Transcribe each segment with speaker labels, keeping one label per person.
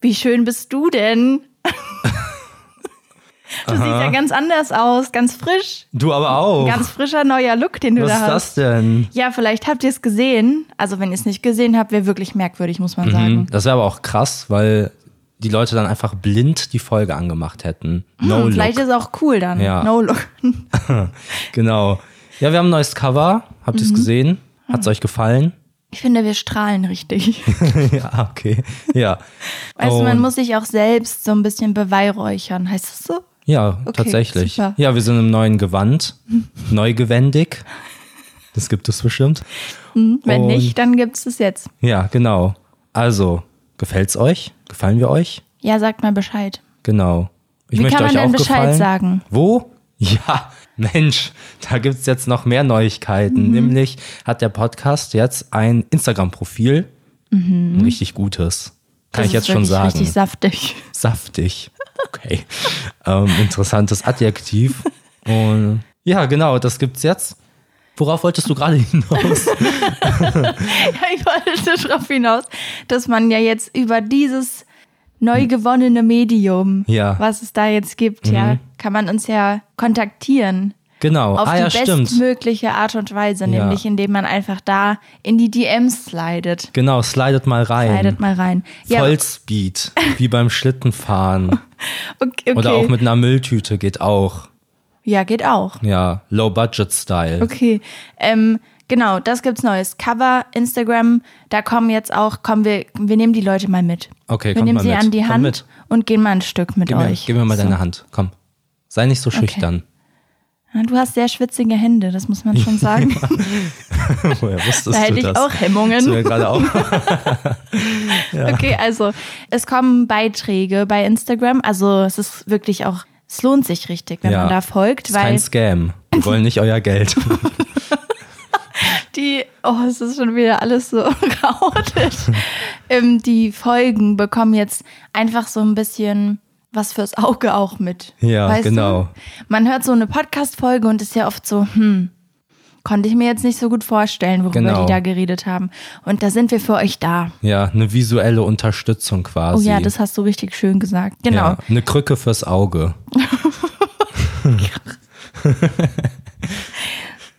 Speaker 1: wie schön bist du denn? Du siehst ja ganz anders aus, ganz frisch.
Speaker 2: Du aber auch.
Speaker 1: Ganz frischer neuer Look, den du
Speaker 2: Oh. Was
Speaker 1: da
Speaker 2: ist
Speaker 1: hast.
Speaker 2: das denn?
Speaker 1: Ja, vielleicht habt ihr es gesehen. Also, wenn ihr es nicht gesehen habt, wäre wirklich merkwürdig, muss
Speaker 2: Mhm.
Speaker 1: man sagen.
Speaker 2: Hm, Das wäre aber auch krass, weil die Leute dann einfach blind die Folge angemacht hätten. No
Speaker 1: Hm,
Speaker 2: look.
Speaker 1: vielleicht ist es auch cool dann.
Speaker 2: Ja.
Speaker 1: No look.
Speaker 2: Genau. Ja, wir haben ein neues Cover. Habt
Speaker 1: Mhm.
Speaker 2: ihr es gesehen?
Speaker 1: Ah.
Speaker 2: Hat es euch gefallen?
Speaker 1: Ich finde, wir strahlen richtig.
Speaker 2: ja, okay. Ja.
Speaker 1: Weißt du,
Speaker 2: Und-
Speaker 1: man muss sich auch selbst so ein bisschen beweihräuchern. Heißt das so?
Speaker 2: Ja,
Speaker 1: Okay,
Speaker 2: tatsächlich.
Speaker 1: super.
Speaker 2: Ja, wir sind im neuen Gewand. Neugewändig. Das gibt es bestimmt.
Speaker 1: Wenn
Speaker 2: Und-
Speaker 1: nicht, dann gibt es es jetzt.
Speaker 2: Ja, genau. Also, gefällt's euch? Gefallen wir euch?
Speaker 1: Ja, sagt mal Bescheid.
Speaker 2: Genau. Ich
Speaker 1: Wie
Speaker 2: möchte
Speaker 1: kann man
Speaker 2: euch auch
Speaker 1: denn Bescheid
Speaker 2: gefallen.
Speaker 1: sagen?
Speaker 2: Wo? Ja, Mensch, da gibt's jetzt noch mehr Neuigkeiten.
Speaker 1: Mhm.
Speaker 2: Nämlich hat der Podcast jetzt ein Instagram-Profil. Ein richtig gutes. Kann
Speaker 1: Mhm. Das
Speaker 2: ich jetzt
Speaker 1: ist
Speaker 2: schon
Speaker 1: wirklich
Speaker 2: sagen.
Speaker 1: Richtig saftig.
Speaker 2: Saftig. Okay. ähm, interessantes Adjektiv. Und ja, genau, das gibt's jetzt. Worauf wolltest du gerade hinaus?
Speaker 1: Ich wollte darauf hinaus, dass man ja jetzt über dieses neu gewonnene Medium,
Speaker 2: Ja.
Speaker 1: was es da jetzt gibt, ja, kann man uns ja kontaktieren.
Speaker 2: Genau.
Speaker 1: Auf
Speaker 2: ah
Speaker 1: die
Speaker 2: ja, stimmt.
Speaker 1: bestmögliche Art und Weise,
Speaker 2: Ja.
Speaker 1: nämlich indem man einfach da in die DMs slidet.
Speaker 2: Genau, slidet mal rein.
Speaker 1: Slidet mal rein. Ja,
Speaker 2: Vollspeed, wie beim Schlittenfahren.
Speaker 1: okay, okay.
Speaker 2: Oder auch mit einer Mülltüte geht auch.
Speaker 1: ja, geht auch.
Speaker 2: Ja, Low-Budget-Style.
Speaker 1: Okay, ähm, genau, das gibt's Neues. Cover, Instagram, da kommen jetzt auch, kommen wir, wir nehmen die Leute mal mit.
Speaker 2: Okay,
Speaker 1: wir
Speaker 2: kommt
Speaker 1: nehmen
Speaker 2: mal
Speaker 1: sie
Speaker 2: mit.
Speaker 1: an die
Speaker 2: Kommt
Speaker 1: Hand
Speaker 2: mit.
Speaker 1: und gehen mal ein Stück mit
Speaker 2: Gib, mir,
Speaker 1: euch.
Speaker 2: gib mir mal
Speaker 1: Oh, so.
Speaker 2: deine Hand. Komm. Sei nicht so schüchtern.
Speaker 1: Ah, Du hast sehr schwitzige Hände, das muss man schon sagen.
Speaker 2: Woher wusstest
Speaker 1: da hätte
Speaker 2: du
Speaker 1: ich
Speaker 2: das?
Speaker 1: auch
Speaker 2: Ist mir
Speaker 1: Hemmungen.
Speaker 2: gerade auch.
Speaker 1: Okay, also es kommen Beiträge bei Instagram. Also es ist wirklich auch, es lohnt sich richtig, wenn
Speaker 2: Ja.
Speaker 1: man da folgt,
Speaker 2: Ist kein
Speaker 1: weil
Speaker 2: Scam. Wir wollen nicht euer Geld.
Speaker 1: die, oh, es ist schon wieder alles so chaotisch. ähm, die Folgen bekommen jetzt einfach so ein bisschen was fürs Auge auch mit.
Speaker 2: Ja,
Speaker 1: weißt
Speaker 2: genau.
Speaker 1: Du? Man hört so eine Podcast-Folge und ist ja oft so, hm, konnte ich mir jetzt nicht so gut vorstellen, worüber
Speaker 2: Genau.
Speaker 1: die da geredet haben. Und da sind wir für euch da.
Speaker 2: Ja, eine visuelle Unterstützung quasi.
Speaker 1: Oh ja, das hast du richtig schön gesagt. Genau.
Speaker 2: Ja, eine Krücke fürs Auge.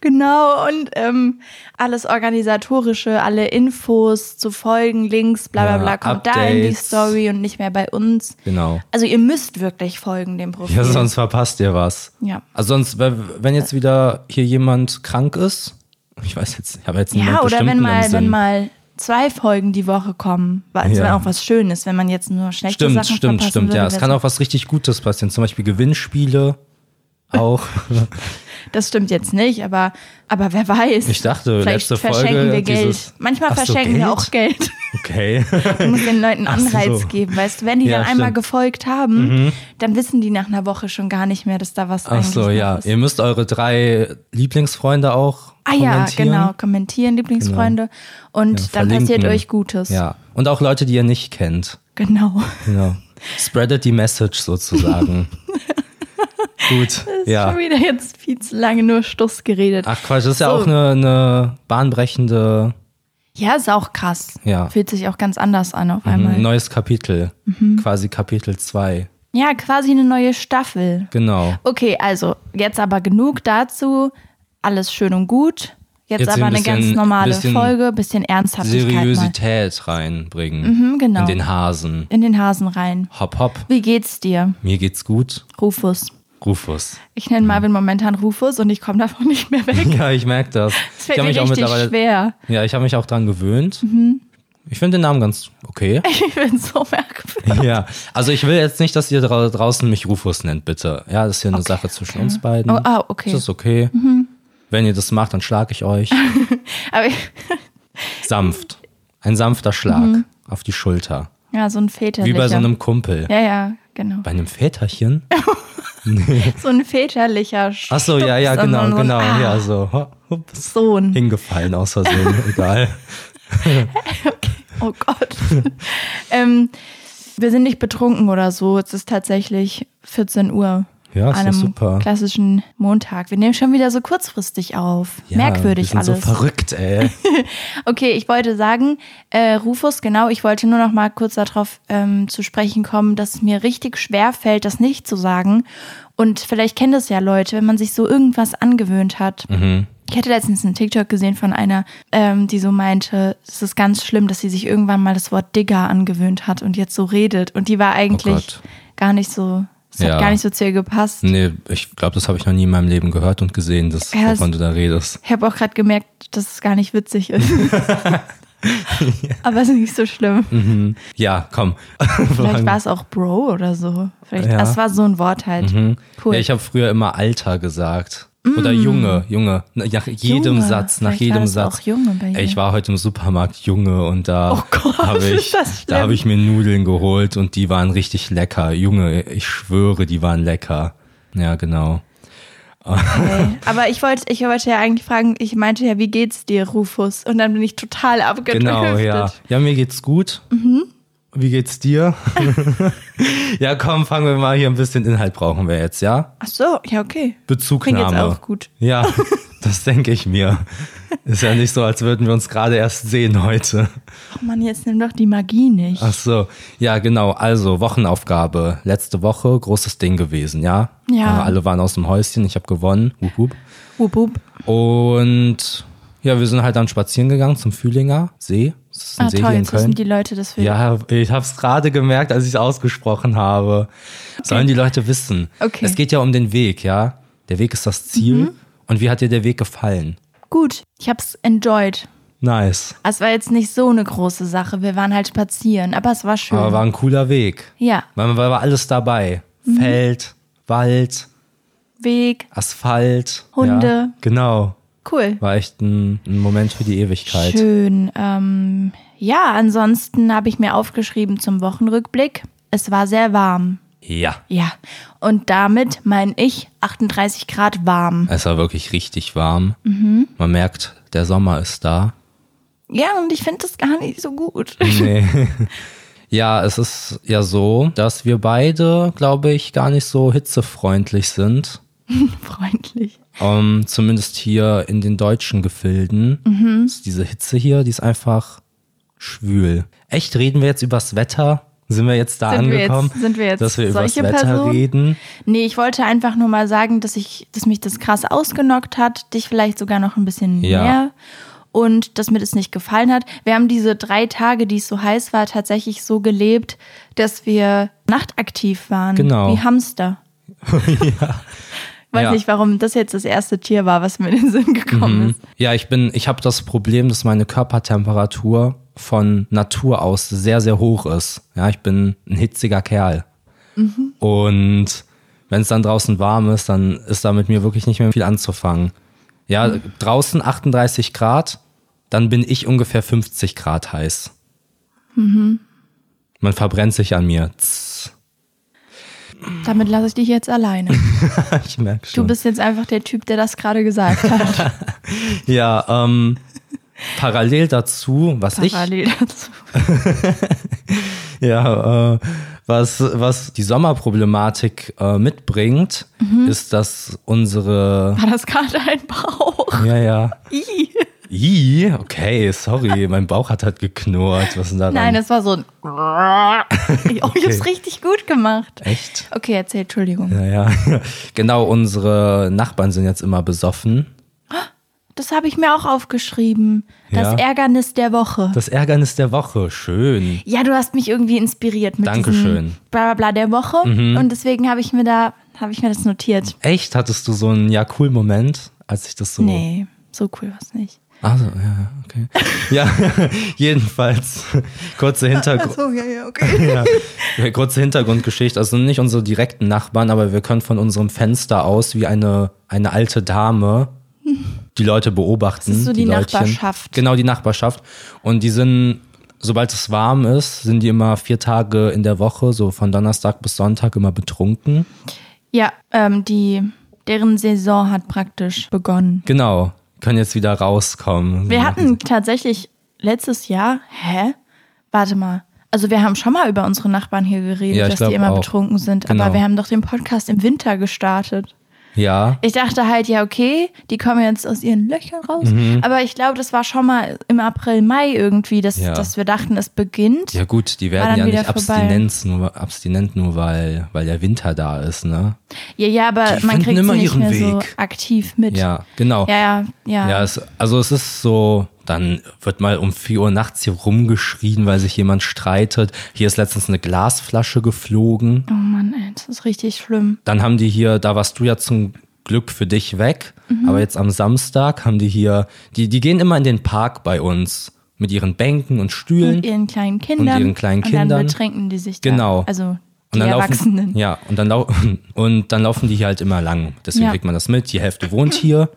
Speaker 1: Genau, und ähm, alles Organisatorische, alle Infos zu Folgen, Links, bla bla
Speaker 2: Ja,
Speaker 1: bla, kommt da in die
Speaker 2: Updates.
Speaker 1: Story und nicht mehr bei uns.
Speaker 2: Genau.
Speaker 1: Also ihr müsst wirklich folgen dem Profil.
Speaker 2: Ja, sonst verpasst ihr was.
Speaker 1: Ja.
Speaker 2: Also sonst, wenn wenn jetzt wieder hier jemand krank ist, ich weiß jetzt, ich habe jetzt
Speaker 1: Ja,
Speaker 2: niemanden
Speaker 1: oder
Speaker 2: bestimmten
Speaker 1: wenn
Speaker 2: im
Speaker 1: mal, wenn
Speaker 2: Sinn.
Speaker 1: mal zwei Folgen die Woche kommen, weil es
Speaker 2: Ja.
Speaker 1: wäre auch was Schönes, wenn man jetzt nur schlechte
Speaker 2: Stimmt,
Speaker 1: Sachen
Speaker 2: stimmt,
Speaker 1: verpassen
Speaker 2: stimmt.
Speaker 1: würde.
Speaker 2: ja, es
Speaker 1: wär's-
Speaker 2: kann auch was richtig Gutes passieren. Zum Beispiel Gewinnspiele. Auch.
Speaker 1: das stimmt jetzt nicht, aber, aber wer weiß.
Speaker 2: Ich dachte,
Speaker 1: Vielleicht
Speaker 2: letzte Folge
Speaker 1: verschenken wir Geld.
Speaker 2: dieses-
Speaker 1: Manchmal
Speaker 2: Ach so,
Speaker 1: verschenken wir
Speaker 2: Geld?
Speaker 1: auch Geld.
Speaker 2: Okay.
Speaker 1: Man muss den Leuten
Speaker 2: so.
Speaker 1: Anreiz geben, weißt du, wenn die
Speaker 2: Ja,
Speaker 1: dann einmal
Speaker 2: stimmt. Mhm.
Speaker 1: gefolgt haben, dann wissen die nach einer Woche schon gar nicht mehr, dass da was
Speaker 2: Ach
Speaker 1: eigentlich
Speaker 2: so,
Speaker 1: noch
Speaker 2: ja.
Speaker 1: ist.
Speaker 2: Ihr müsst eure drei Lieblingsfreunde auch
Speaker 1: Ah ja,
Speaker 2: kommentieren. Genau.
Speaker 1: genau, kommentieren, Lieblingsfreunde und
Speaker 2: Ja,
Speaker 1: dann
Speaker 2: verlinken.
Speaker 1: passiert euch Gutes.
Speaker 2: Ja. Und auch Leute, die ihr nicht kennt.
Speaker 1: Genau.
Speaker 2: Genau. Spreadet die Message sozusagen. Gut. Ja.
Speaker 1: Schon wieder jetzt viel zu lange nur Stuss geredet.
Speaker 2: Ach Quatsch, das ist ja
Speaker 1: So.
Speaker 2: auch eine, eine bahnbrechende,
Speaker 1: Ja, ist auch krass.
Speaker 2: Ja. Mhm.
Speaker 1: Fühlt sich auch ganz anders an auf einmal. Mhm.
Speaker 2: ein neues Kapitel. Quasi Kapitel 2.
Speaker 1: Ja, quasi eine neue Staffel.
Speaker 2: Genau.
Speaker 1: Okay, also jetzt aber genug dazu. Alles schön und gut. Jetzt,
Speaker 2: Jetzt
Speaker 1: aber
Speaker 2: ein
Speaker 1: eine ganz
Speaker 2: bisschen-
Speaker 1: normale
Speaker 2: bisschen
Speaker 1: Folge, bisschen Ernsthaftigkeit mal.
Speaker 2: Seriosität reinbringen.
Speaker 1: Mhm, genau.
Speaker 2: In den Hasen.
Speaker 1: In den Hasen rein.
Speaker 2: Hopp, hopp.
Speaker 1: Wie geht's dir,
Speaker 2: Mir geht's gut.
Speaker 1: Rufus?
Speaker 2: Rufus.
Speaker 1: Ich nenne Marvin momentan Rufus und ich komme davon nicht mehr weg.
Speaker 2: Ja, ich merke das.
Speaker 1: Das
Speaker 2: ich
Speaker 1: fällt
Speaker 2: hab
Speaker 1: mir
Speaker 2: mich auch
Speaker 1: richtig
Speaker 2: mittlerweile.
Speaker 1: schwer.
Speaker 2: Ja, ich habe mich auch dran gewöhnt. Ich finde den Namen ganz okay.
Speaker 1: Ich bin so merkwürdig.
Speaker 2: ja, also ich will jetzt nicht, dass ihr dra draußen mich Rufus nennt, bitte. Ja, das ist hier eine Sache zwischen uns beiden.
Speaker 1: Oh, ah, okay. Mhm.
Speaker 2: Das ist okay. Wenn ihr das macht, dann schlage ich euch.
Speaker 1: Aber ich,
Speaker 2: Sanft. Ein sanfter Schlag
Speaker 1: Mhm.
Speaker 2: auf die Schulter.
Speaker 1: ja, so ein väterlicher.
Speaker 2: Wie bei so einem Kumpel.
Speaker 1: ja, ja, genau.
Speaker 2: Bei einem Väterchen?
Speaker 1: So ein väterlicher Sch
Speaker 2: Achso, ja, ja,
Speaker 1: Stups,
Speaker 2: genau,
Speaker 1: sondern so ein-
Speaker 2: genau.
Speaker 1: Ah.
Speaker 2: Ja, so. ho- Hups.
Speaker 1: Sohn.
Speaker 2: Hingefallen aus Versehen, egal.
Speaker 1: Oh Gott. ähm, wir sind nicht betrunken oder so. Es ist tatsächlich 14 Uhr.
Speaker 2: Ja, ist doch
Speaker 1: einem
Speaker 2: super.
Speaker 1: klassischen Montag. Wir nehmen schon wieder so kurzfristig auf.
Speaker 2: Ja,
Speaker 1: Merkwürdig
Speaker 2: wir sind
Speaker 1: alles.
Speaker 2: so verrückt, ey.
Speaker 1: Okay, ich wollte sagen, äh, Rufus, genau, ich wollte nur noch mal kurz darauf ähm, zu sprechen kommen, dass es mir richtig schwer fällt, das nicht zu sagen. Und vielleicht kennen das ja Leute, wenn man sich so irgendwas angewöhnt hat.
Speaker 2: Mhm.
Speaker 1: Ich hatte letztens einen TikTok gesehen von einer, ähm, die so meinte, es ist ganz schlimm, dass sie sich irgendwann mal das Wort Digger angewöhnt hat und jetzt so redet. Und die war eigentlich
Speaker 2: Oh Gott.
Speaker 1: gar nicht so, es
Speaker 2: Ja.
Speaker 1: hat gar nicht so zu ihr gepasst.
Speaker 2: Nee, ich glaube, das habe ich noch nie in meinem Leben gehört und gesehen, das,
Speaker 1: Ja, das-
Speaker 2: wovon du da redest.
Speaker 1: Ich habe auch gerade gemerkt, dass es gar nicht witzig ist. Aber es ist nicht so schlimm.
Speaker 2: Ja, komm.
Speaker 1: Vielleicht war es auch Bro oder so. Vielleicht,
Speaker 2: Ja. Mhm.
Speaker 1: Das war so ein Wort halt. Cool. Mm.
Speaker 2: Ja, ich habe früher immer Alter gesagt. Oder Junge, Junge. Nach jedem
Speaker 1: Junge.
Speaker 2: Satz, nach
Speaker 1: Vielleicht war
Speaker 2: jedem
Speaker 1: das
Speaker 2: Satz.
Speaker 1: auch Junge bei
Speaker 2: Ey, ich
Speaker 1: dir.
Speaker 2: war heute im Supermarkt Junge und da
Speaker 1: Oh Gott,
Speaker 2: habe
Speaker 1: ist
Speaker 2: ich,
Speaker 1: das
Speaker 2: da
Speaker 1: schlimm.
Speaker 2: habe ich mir Nudeln geholt und die waren richtig lecker. Junge, ich schwöre, die waren lecker. Ja, genau.
Speaker 1: Okay. Aber ich wollte, ich wollte ja eigentlich fragen, ich meinte ja, wie geht's dir, Rufus? Und dann bin ich total abgedriftet.
Speaker 2: Genau, ja. Ja, mir geht's gut.
Speaker 1: Mhm.
Speaker 2: Wie geht's dir? ja, komm, fangen wir mal hier ein bisschen Inhalt brauchen wir jetzt, ja?
Speaker 1: Ach so, ja, okay.
Speaker 2: Bezugnahme.
Speaker 1: Mir geht's auch gut.
Speaker 2: Ja, das denke ich mir. Ist ja nicht so, als würden wir uns gerade erst sehen heute.
Speaker 1: Oh Mann, jetzt nimm doch die Magie nicht.
Speaker 2: Ach so, ja genau, also Wochenaufgabe. Letzte Woche großes Ding gewesen, ja?
Speaker 1: Ja.
Speaker 2: Äh, Alle waren aus dem Häuschen, ich habe gewonnen. Wup, wup.
Speaker 1: Wupp, wupp.
Speaker 2: Und ja, wir sind halt dann spazieren gegangen zum Fühlinger See. Das ist ein
Speaker 1: Ah,
Speaker 2: See
Speaker 1: toll,
Speaker 2: hier in
Speaker 1: jetzt wissen
Speaker 2: Köln.
Speaker 1: die Leute das für.
Speaker 2: Ja, ich habe es gerade gemerkt, als ich es ausgesprochen habe. Sollen die Leute wissen.
Speaker 1: Okay. Mhm.
Speaker 2: Es geht ja um den Weg, ja? Der Weg ist das Ziel. Und wie hat dir der Weg gefallen?
Speaker 1: Gut, ich hab's enjoyed.
Speaker 2: Nice.
Speaker 1: Es war jetzt nicht so eine große Sache. Wir waren halt spazieren, aber es war schön.
Speaker 2: Aber war ein cooler Weg.
Speaker 1: Mhm. ja, Mhm.
Speaker 2: Weil weil war alles dabei. Feld, Wald,
Speaker 1: Weg,
Speaker 2: Asphalt.
Speaker 1: Hunde.
Speaker 2: Ja, genau.
Speaker 1: cool.
Speaker 2: War echt ein, ein Moment für die Ewigkeit.
Speaker 1: Schön. Ähm, ja, ansonsten habe ich mir aufgeschrieben zum Wochenrückblick. Es war sehr warm.
Speaker 2: Ja.
Speaker 1: Ja. Und damit meine ich 38 Grad warm.
Speaker 2: Es war wirklich richtig warm.
Speaker 1: Mhm.
Speaker 2: Man merkt, der Sommer ist da.
Speaker 1: Ja, und ich finde das gar nicht so gut.
Speaker 2: Nee. ja, es ist ja so, dass wir beide, glaube ich, gar nicht so hitzefreundlich sind.
Speaker 1: Freundlich.
Speaker 2: Ähm, zumindest hier in den deutschen Gefilden.
Speaker 1: Mhm.
Speaker 2: Ist diese Hitze hier, die ist einfach schwül. Echt, reden wir jetzt übers Wetter? Sind wir jetzt da
Speaker 1: Sind wir
Speaker 2: angekommen?
Speaker 1: jetzt- sind wir jetzt
Speaker 2: dass wir übers
Speaker 1: solche
Speaker 2: Wetter
Speaker 1: Personen?
Speaker 2: reden?
Speaker 1: Nee, ich wollte einfach nur mal sagen, dass ich, dass mich das krass ausgenockt hat, dich vielleicht sogar noch ein bisschen
Speaker 2: Ja.
Speaker 1: mehr und dass mir das nicht gefallen hat. Wir haben diese drei Tage, die es so heiß war, tatsächlich so gelebt, dass wir nachtaktiv waren.
Speaker 2: Genau.
Speaker 1: Wie Hamster. Weiß
Speaker 2: Ja.
Speaker 1: nicht, warum das jetzt das erste Tier war, was mir in den Sinn gekommen ist.
Speaker 2: Mhm. Ja, ich bin, ich habe das Problem, dass meine Körpertemperatur von Natur aus sehr, sehr hoch ist. Ja, ich bin ein hitziger Kerl.
Speaker 1: Mhm.
Speaker 2: Und wenn es dann draußen warm ist, dann ist da mit mir wirklich nicht mehr viel anzufangen. Ja,
Speaker 1: Mhm.
Speaker 2: draußen 38 Grad, dann bin ich ungefähr 50 Grad heiß.
Speaker 1: Mhm.
Speaker 2: Man verbrennt sich an mir. Tss,
Speaker 1: Damit lasse ich dich jetzt alleine.
Speaker 2: ich merke schon.
Speaker 1: Du bist jetzt einfach der Typ, der das gerade gesagt hat.
Speaker 2: ja, ähm, parallel dazu, was ich
Speaker 1: Parallel dazu.
Speaker 2: Ja, äh, was, was die Sommerproblematik äh, mitbringt,
Speaker 1: Mhm.
Speaker 2: ist, dass unsere.
Speaker 1: War das gerade ein Bauch?
Speaker 2: Ja, ja.
Speaker 1: Ih.
Speaker 2: I, okay, sorry, mein Bauch hat halt geknurrt. Was ist denn da
Speaker 1: Nein, das war so ein. Oh, ich hab's richtig gut gemacht.
Speaker 2: Echt?
Speaker 1: Okay, erzähl, Entschuldigung.
Speaker 2: Naja, genau, unsere Nachbarn sind jetzt immer besoffen.
Speaker 1: Das habe ich mir auch aufgeschrieben. Das
Speaker 2: Ja.
Speaker 1: Ärgernis der Woche.
Speaker 2: Das Ärgernis der Woche, schön.
Speaker 1: Ja, du hast mich irgendwie inspiriert mit diesem
Speaker 2: Dankeschön. Mhm.
Speaker 1: Blablabla der Woche. Und deswegen habe ich mir da, habe ich mir das notiert.
Speaker 2: Echt? Hattest du so einen ja cool Moment, als ich das so.
Speaker 1: Nee, so cool war es nicht.
Speaker 2: Also, ja, okay. Ja, jedenfalls. Kurze Hintergrund.
Speaker 1: Oh, ja, ja, okay.
Speaker 2: Ja. Kurze Hintergrundgeschichte. Also nicht unsere direkten Nachbarn, aber wir können von unserem Fenster aus wie eine, eine alte Dame die Leute beobachten.
Speaker 1: Das ist so die
Speaker 2: Leutchen.
Speaker 1: Nachbarschaft.
Speaker 2: Genau, die Nachbarschaft. Und die sind, sobald es warm ist, sind die immer vier Tage in der Woche, so von Donnerstag bis Sonntag, immer betrunken.
Speaker 1: Ja, ähm, die, deren Saison hat praktisch begonnen.
Speaker 2: Genau. Können jetzt wieder rauskommen.
Speaker 1: Wir
Speaker 2: Ja.
Speaker 1: hatten tatsächlich letztes Jahr, hä? Warte mal, Also wir haben schon mal über unsere Nachbarn hier geredet,
Speaker 2: Ja, ich
Speaker 1: dass die
Speaker 2: glaub
Speaker 1: immer
Speaker 2: auch.
Speaker 1: betrunken sind.
Speaker 2: Genau.
Speaker 1: Aber wir haben doch den Podcast im Winter gestartet.
Speaker 2: Ja,
Speaker 1: Ich dachte halt, ja, okay, die kommen jetzt aus ihren Löchern raus.
Speaker 2: Mhm.
Speaker 1: Aber ich glaube, das war schon mal im April, Mai irgendwie, dass,
Speaker 2: Ja.
Speaker 1: dass wir dachten, es beginnt.
Speaker 2: ja gut, die
Speaker 1: dann
Speaker 2: werden ja
Speaker 1: wieder
Speaker 2: nicht
Speaker 1: vorbei.
Speaker 2: abstinenz, nur, abstinent nur, weil, weil der Winter da ist, ne?
Speaker 1: Ja, ja, aber
Speaker 2: Die
Speaker 1: man
Speaker 2: finden
Speaker 1: kriegt sie
Speaker 2: immer
Speaker 1: nicht
Speaker 2: ihren
Speaker 1: mehr so
Speaker 2: Weg.
Speaker 1: aktiv mit.
Speaker 2: Ja, genau.
Speaker 1: ja, ja. ja.
Speaker 2: Ja, es, also es ist so, dann wird mal um 4 Uhr nachts hier rumgeschrien, weil sich jemand streitet. Hier ist letztens eine Glasflasche geflogen.
Speaker 1: oh Mann, ey, das ist richtig schlimm.
Speaker 2: Dann haben die hier, da warst du ja zum Glück für dich weg, aber jetzt am Samstag haben die hier, die, die gehen immer in den Park bei uns mit ihren Bänken und Stühlen.
Speaker 1: Mit ihren kleinen Kindern.
Speaker 2: ihren kleinen
Speaker 1: Und dann
Speaker 2: Kindern.
Speaker 1: betrinken die sich
Speaker 2: Genau.
Speaker 1: da. Also die
Speaker 2: Und dann
Speaker 1: Erwachsenen.
Speaker 2: laufen, ja, und dann, lau und dann laufen die hier halt immer lang. Deswegen
Speaker 1: Ja.
Speaker 2: kriegt man das mit. Die Hälfte wohnt hier.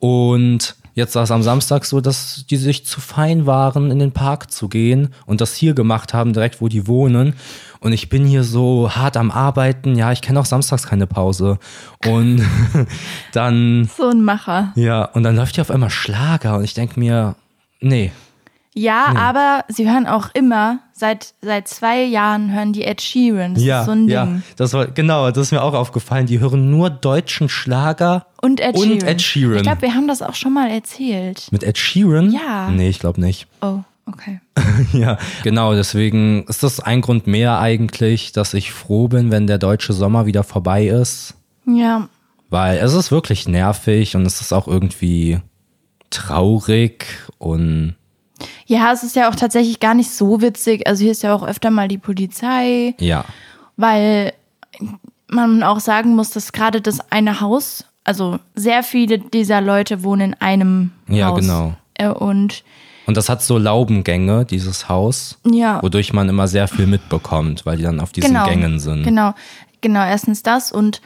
Speaker 2: Und jetzt war es am Samstag so, dass die sich zu fein waren, in den Park zu gehen und das hier gemacht haben, direkt wo die wohnen. Und ich bin hier so hart am Arbeiten. Ja, ich kenne auch samstags keine Pause. Und dann,
Speaker 1: So ein Macher.
Speaker 2: ja, und dann läuft hier auf einmal Schlager und ich denke mir, nee,
Speaker 1: Ja, aber sie hören auch immer, seit, seit zwei Jahren hören die Ed Sheeran. Das ist so ein
Speaker 2: ja,
Speaker 1: Ding.
Speaker 2: das war genau, das ist mir auch aufgefallen. Die hören nur deutschen Schlager
Speaker 1: Und Ed Sheeran.
Speaker 2: Und Ed Sheeran.
Speaker 1: Ich glaube, wir haben das auch schon mal erzählt.
Speaker 2: Mit Ed Sheeran?
Speaker 1: Ja.
Speaker 2: Nee, ich glaube nicht.
Speaker 1: Oh, okay.
Speaker 2: ja, genau, deswegen ist das ein Grund mehr eigentlich, dass ich froh bin, wenn der deutsche Sommer wieder vorbei ist.
Speaker 1: Ja,
Speaker 2: Weil es ist wirklich nervig und es ist auch irgendwie traurig und
Speaker 1: Ja, es ist ja auch tatsächlich gar nicht so witzig. Also hier ist ja auch öfter mal die Polizei,
Speaker 2: ja.
Speaker 1: weil man auch sagen muss, dass gerade das eine Haus, also sehr viele dieser Leute wohnen in einem
Speaker 2: Ja,
Speaker 1: Haus.
Speaker 2: genau.
Speaker 1: Äh, Und
Speaker 2: Und das hat so Laubengänge, dieses Haus,
Speaker 1: Ja.
Speaker 2: wodurch man immer sehr viel mitbekommt, weil die dann auf diesen
Speaker 1: genau,
Speaker 2: Gängen sind.
Speaker 1: genau, genau. Erstens das und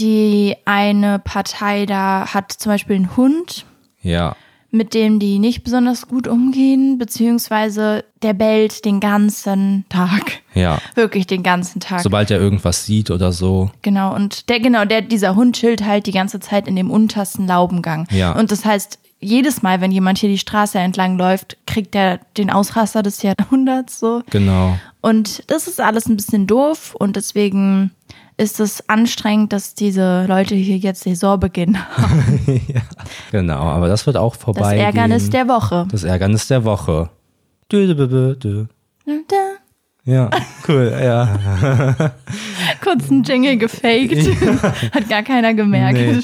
Speaker 1: die eine Partei da hat zum Beispiel einen Hund,
Speaker 2: Ja.
Speaker 1: mit dem die nicht besonders gut umgehen, beziehungsweise der bellt den ganzen Tag.
Speaker 2: Ja.
Speaker 1: Wirklich den ganzen Tag.
Speaker 2: Sobald er irgendwas sieht oder so.
Speaker 1: Genau, und der, genau, der, dieser Hund chillt halt die ganze Zeit in dem untersten Laubengang.
Speaker 2: Ja.
Speaker 1: Und das heißt, jedes Mal, wenn jemand hier die Straße entlang läuft, kriegt er den Ausraster des Jahrhunderts so.
Speaker 2: Genau.
Speaker 1: Und das ist alles ein bisschen doof und deswegen ist es anstrengend, dass diese Leute hier jetzt Saisonbeginn haben.
Speaker 2: Genau, aber das wird auch vorbei.
Speaker 1: Das Ärgernis der Woche.
Speaker 2: Das Ärgernis der Woche. Dö, dö, dö, dö, dö. Ja, cool, ja.
Speaker 1: Kurz einen Jingle gefaked. Hat gar keiner gemerkt.
Speaker 2: Nee.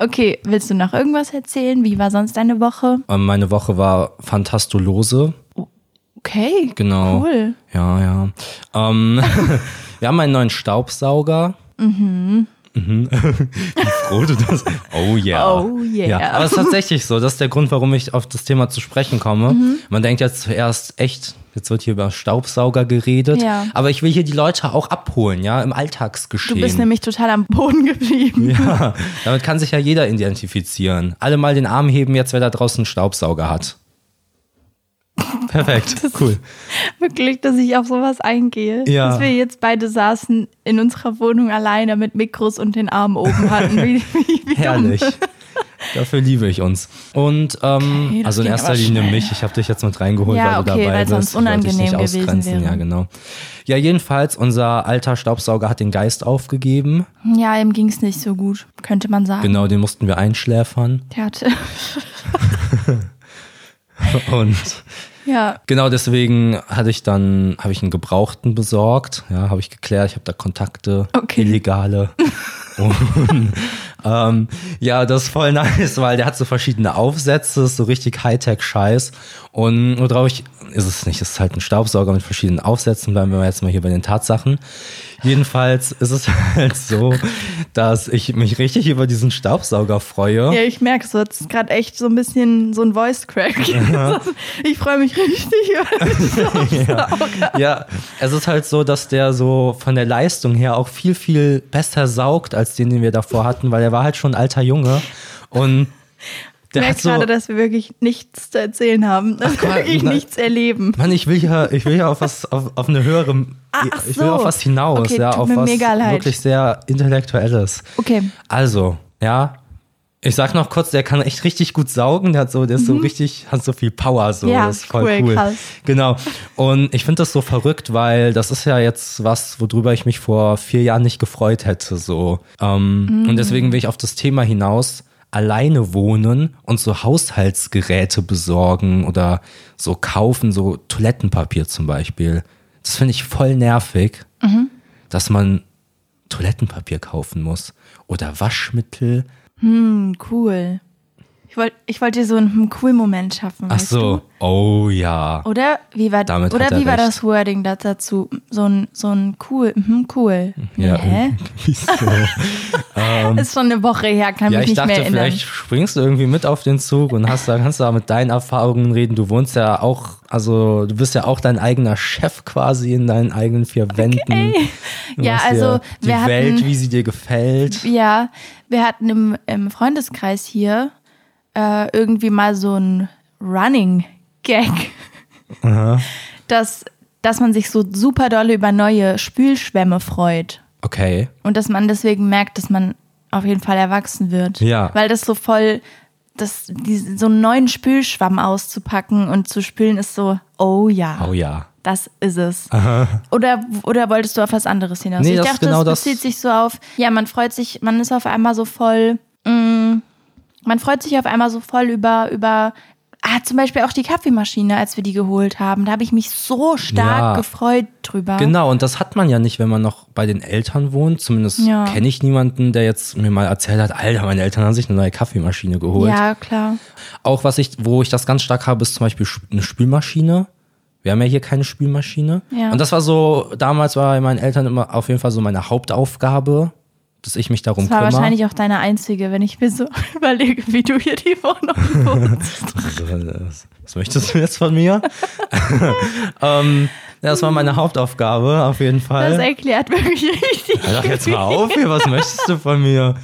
Speaker 1: Okay, willst du noch irgendwas erzählen? Wie war sonst deine Woche?
Speaker 2: Und meine Woche war fantastulose.
Speaker 1: Okay.
Speaker 2: Genau.
Speaker 1: Cool.
Speaker 2: Ja, ja. Ähm, wir haben einen neuen Staubsauger. Mhm. Mhm. Wie froh du das. Oh yeah.
Speaker 1: Oh yeah.
Speaker 2: Ja, aber es ist tatsächlich so. Das ist der Grund, warum ich auf das Thema zu sprechen komme.
Speaker 1: Mhm.
Speaker 2: Man denkt jetzt zuerst echt, jetzt wird hier über Staubsauger geredet.
Speaker 1: Ja.
Speaker 2: Aber ich will hier die Leute auch abholen, ja, im Alltagsgeschehen.
Speaker 1: Du bist nämlich total am Boden geblieben.
Speaker 2: Ja, damit kann sich ja jeder identifizieren. Alle mal den Arm heben, jetzt wer da draußen einen Staubsauger hat. Perfekt, cool.
Speaker 1: Wirklich, dass ich auf sowas eingehe.
Speaker 2: Ja.
Speaker 1: Dass wir jetzt beide saßen in unserer Wohnung alleine mit Mikros und den Armen oben hatten. Wie, wie, wie dumm.
Speaker 2: Herrlich. Dafür liebe ich uns. Und ähm,
Speaker 1: Okay, das
Speaker 2: also in
Speaker 1: ging
Speaker 2: erster
Speaker 1: aber
Speaker 2: Linie
Speaker 1: schnell.
Speaker 2: mich. Ich habe dich jetzt mit reingeholt,
Speaker 1: Ja,
Speaker 2: weil du
Speaker 1: okay,
Speaker 2: dabei
Speaker 1: weil
Speaker 2: bist.
Speaker 1: sonst
Speaker 2: Ich wollte dich
Speaker 1: unangenehm
Speaker 2: nicht
Speaker 1: gewesen
Speaker 2: ausgrenzen. Ja,
Speaker 1: wäre.
Speaker 2: genau. Ja, jedenfalls unser alter Staubsauger hat den Geist aufgegeben.
Speaker 1: Ja, ihm ging es nicht so gut, könnte man sagen.
Speaker 2: Genau, den mussten wir einschläfern.
Speaker 1: Der hatte,
Speaker 2: Und
Speaker 1: ja,
Speaker 2: Genau deswegen hatte ich dann, habe ich einen Gebrauchten besorgt. Ja, habe ich geklärt, ich habe da Kontakte,
Speaker 1: Okay.
Speaker 2: illegale. Und, ähm, ja, das ist voll nice, weil der hat so verschiedene Aufsätze, ist so richtig Hightech-Scheiß. Und worauf ich, ist es nicht, ist halt ein Staubsauger mit verschiedenen Aufsätzen, bleiben wir jetzt mal hier bei den Tatsachen. Jedenfalls ist es halt so, dass ich mich richtig über diesen Staubsauger freue.
Speaker 1: ja, ich merke es, du hattest gerade echt so ein bisschen so ein Voice-Crack. ich freue mich richtig über den Staubsauger.
Speaker 2: Ja, es ist halt so, dass der so von der Leistung her auch viel, viel besser saugt als den, den wir davor hatten, weil er war halt schon ein alter Junge
Speaker 1: Ich
Speaker 2: und der hat
Speaker 1: merke
Speaker 2: so,
Speaker 1: gerade, dass wir wirklich nichts zu erzählen haben, dass wir
Speaker 2: Gott,
Speaker 1: wirklich
Speaker 2: nein.
Speaker 1: nichts erleben.
Speaker 2: Mann, ich will ja, ich will ja auf was, auf, auf eine höhere,
Speaker 1: Ah, ach
Speaker 2: ich will
Speaker 1: so.
Speaker 2: auf was hinaus,
Speaker 1: Okay,
Speaker 2: ja,
Speaker 1: tut
Speaker 2: auf
Speaker 1: mir
Speaker 2: was
Speaker 1: mega leid.
Speaker 2: wirklich sehr intellektuelles.
Speaker 1: Okay.
Speaker 2: Also, ja, Ich sag noch kurz, der kann echt richtig gut saugen, der hat so, der ist so richtig, hat so viel Power, so,
Speaker 1: Mhm. Ja,
Speaker 2: das ist voll
Speaker 1: cool,
Speaker 2: cool.
Speaker 1: krass.
Speaker 2: Genau. Und ich finde das so verrückt, weil das ist ja jetzt was, worüber ich mich vor vier Jahren nicht gefreut hätte, so.
Speaker 1: Mhm.
Speaker 2: Ähm, Und deswegen will ich auf das Thema hinaus alleine wohnen und so Haushaltsgeräte besorgen oder so kaufen, so Toilettenpapier zum Beispiel. Das finde ich voll nervig,
Speaker 1: Mhm.
Speaker 2: dass man Toilettenpapier kaufen muss oder Waschmittel.
Speaker 1: Hm, cool. Ich wollte ich wollt dir so einen hm, cool Moment schaffen.
Speaker 2: Ach
Speaker 1: weißt
Speaker 2: so, oh ja.
Speaker 1: Du? Oder wie war,
Speaker 2: Damit
Speaker 1: oder
Speaker 2: hat er
Speaker 1: wie war
Speaker 2: recht.
Speaker 1: das Wording da- dazu? So ein, so ein cool, mhm, cool.
Speaker 2: Ja,
Speaker 1: Hä?
Speaker 2: irgendwie so.
Speaker 1: Ist schon eine Woche her, kann
Speaker 2: ja
Speaker 1: mich
Speaker 2: ich
Speaker 1: nicht mehr
Speaker 2: dachte,
Speaker 1: erinnern.
Speaker 2: vielleicht springst du irgendwie mit auf den Zug und hast da, kannst da mit deinen Erfahrungen reden. Du wohnst ja auch, also du bist ja auch dein eigener Chef quasi in deinen eigenen vier Wänden. Du
Speaker 1: Ja,
Speaker 2: machst
Speaker 1: also,
Speaker 2: dir die
Speaker 1: wir
Speaker 2: Welt,
Speaker 1: hatten-
Speaker 2: wie sie dir gefällt.
Speaker 1: Ja, wir hatten im, im Freundeskreis hier äh, irgendwie mal so ein Running Gag, dass, dass man sich so super dolle über neue Spülschwämme freut
Speaker 2: Okay.
Speaker 1: und dass man deswegen merkt, dass man auf jeden Fall erwachsen wird.
Speaker 2: Ja.
Speaker 1: Weil das so voll, das, die, so einen neuen Spülschwamm auszupacken und zu spülen ist so, oh ja,
Speaker 2: Oh ja.
Speaker 1: das ist es. Oder, oder wolltest du auf was anderes hinaus?
Speaker 2: Nee,
Speaker 1: ich
Speaker 2: das
Speaker 1: dachte,
Speaker 2: ist genau
Speaker 1: das
Speaker 2: das.
Speaker 1: bezieht sich so auf, ja, man freut sich, man ist auf einmal so voll, mm, man freut sich auf einmal so voll über, über ah, zum Beispiel auch die Kaffeemaschine, als wir die geholt haben. Da habe ich mich so stark
Speaker 2: Ja.
Speaker 1: gefreut drüber.
Speaker 2: Genau, und das hat man ja nicht, wenn man noch bei den Eltern wohnt. Zumindest
Speaker 1: Ja.
Speaker 2: kenne ich niemanden, der jetzt mir mal erzählt hat, Alter, meine Eltern haben sich eine neue Kaffeemaschine geholt.
Speaker 1: Ja, klar.
Speaker 2: Auch was ich, wo ich das ganz stark habe, ist zum Beispiel Sp- eine Spülmaschine. Wir haben ja hier keine Spülmaschine.
Speaker 1: Ja.
Speaker 2: Und das war so, damals war bei meinen Eltern immer auf jeden Fall so meine Hauptaufgabe, dass ich mich darum
Speaker 1: Das war
Speaker 2: kümmere.
Speaker 1: wahrscheinlich auch deine einzige, wenn ich mir so überlege, wie du hier die Wohnung wohnst.
Speaker 2: Also, Was was möchtest du jetzt von mir? ähm, ja, das war meine Hauptaufgabe, auf jeden Fall.
Speaker 1: Das erklärt wirklich richtig.
Speaker 2: Hör doch jetzt mal auf hier, was möchtest du von mir?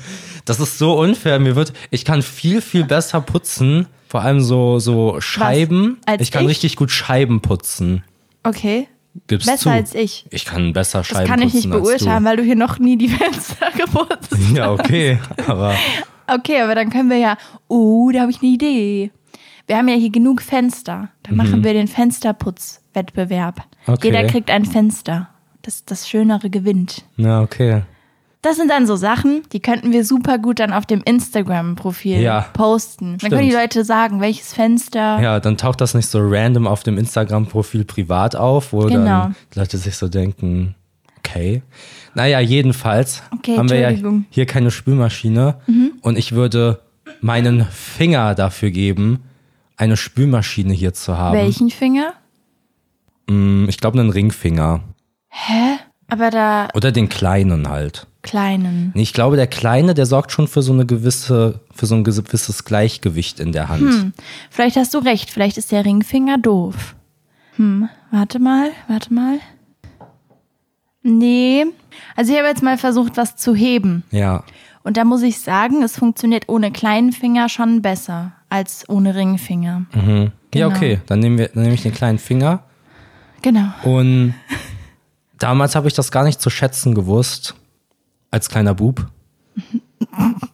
Speaker 2: Das ist so unfair. Mir wird, ich kann viel, viel besser putzen. Vor allem so, so Scheiben.
Speaker 1: Als
Speaker 2: ich kann
Speaker 1: ich?
Speaker 2: richtig gut Scheiben putzen.
Speaker 1: Okay,
Speaker 2: Gibst
Speaker 1: besser
Speaker 2: zu.
Speaker 1: als ich.
Speaker 2: Ich kann besser Scheiben
Speaker 1: Das kann ich nicht
Speaker 2: putzen als
Speaker 1: beurteilen, weil du hier noch nie die Fenster geputzt hast.
Speaker 2: du. Ja, okay. Aber
Speaker 1: Okay, aber dann können wir ja. Oh, da habe ich eine Idee. Wir haben ja hier genug Fenster. Dann machen wir den Fensterputzwettbewerb.
Speaker 2: Mhm. Okay.
Speaker 1: Jeder kriegt ein Fenster. Das, das Schönere gewinnt.
Speaker 2: na, okay.
Speaker 1: Das sind dann so Sachen, die könnten wir super gut dann auf dem Instagram-Profil
Speaker 2: Ja.
Speaker 1: posten. Dann können die
Speaker 2: Stimmt.
Speaker 1: Leute sagen, welches Fenster.
Speaker 2: Ja, dann taucht das nicht so random auf dem Instagram-Profil privat auf, wo
Speaker 1: Genau.
Speaker 2: dann die Leute sich so denken, okay. Naja, jedenfalls
Speaker 1: Okay,
Speaker 2: haben wir ja
Speaker 1: Entschuldigung. Mhm.
Speaker 2: hier keine Spülmaschine und ich würde meinen Finger dafür geben, eine Spülmaschine hier zu haben.
Speaker 1: Welchen Finger?
Speaker 2: Hm, Ich glaube, einen Ringfinger.
Speaker 1: Aber da
Speaker 2: Oder den kleinen halt.
Speaker 1: kleinen.
Speaker 2: Nee, Ich glaube, der Kleine, der sorgt schon für so eine gewisse, für so ein gewisses Gleichgewicht in der Hand.
Speaker 1: Vielleicht hast du recht, vielleicht ist der Ringfinger doof. Hm, warte mal, warte mal. Nee. Also ich habe jetzt mal versucht, was zu heben.
Speaker 2: Ja.
Speaker 1: Und da muss ich sagen, es funktioniert ohne kleinen Finger schon besser als ohne Ringfinger.
Speaker 2: Hm. Ja, okay. Dann nehmen wir, dann nehme ich den kleinen Finger.
Speaker 1: Genau.
Speaker 2: Und damals habe ich das gar nicht zu schätzen gewusst. Als kleiner Bub.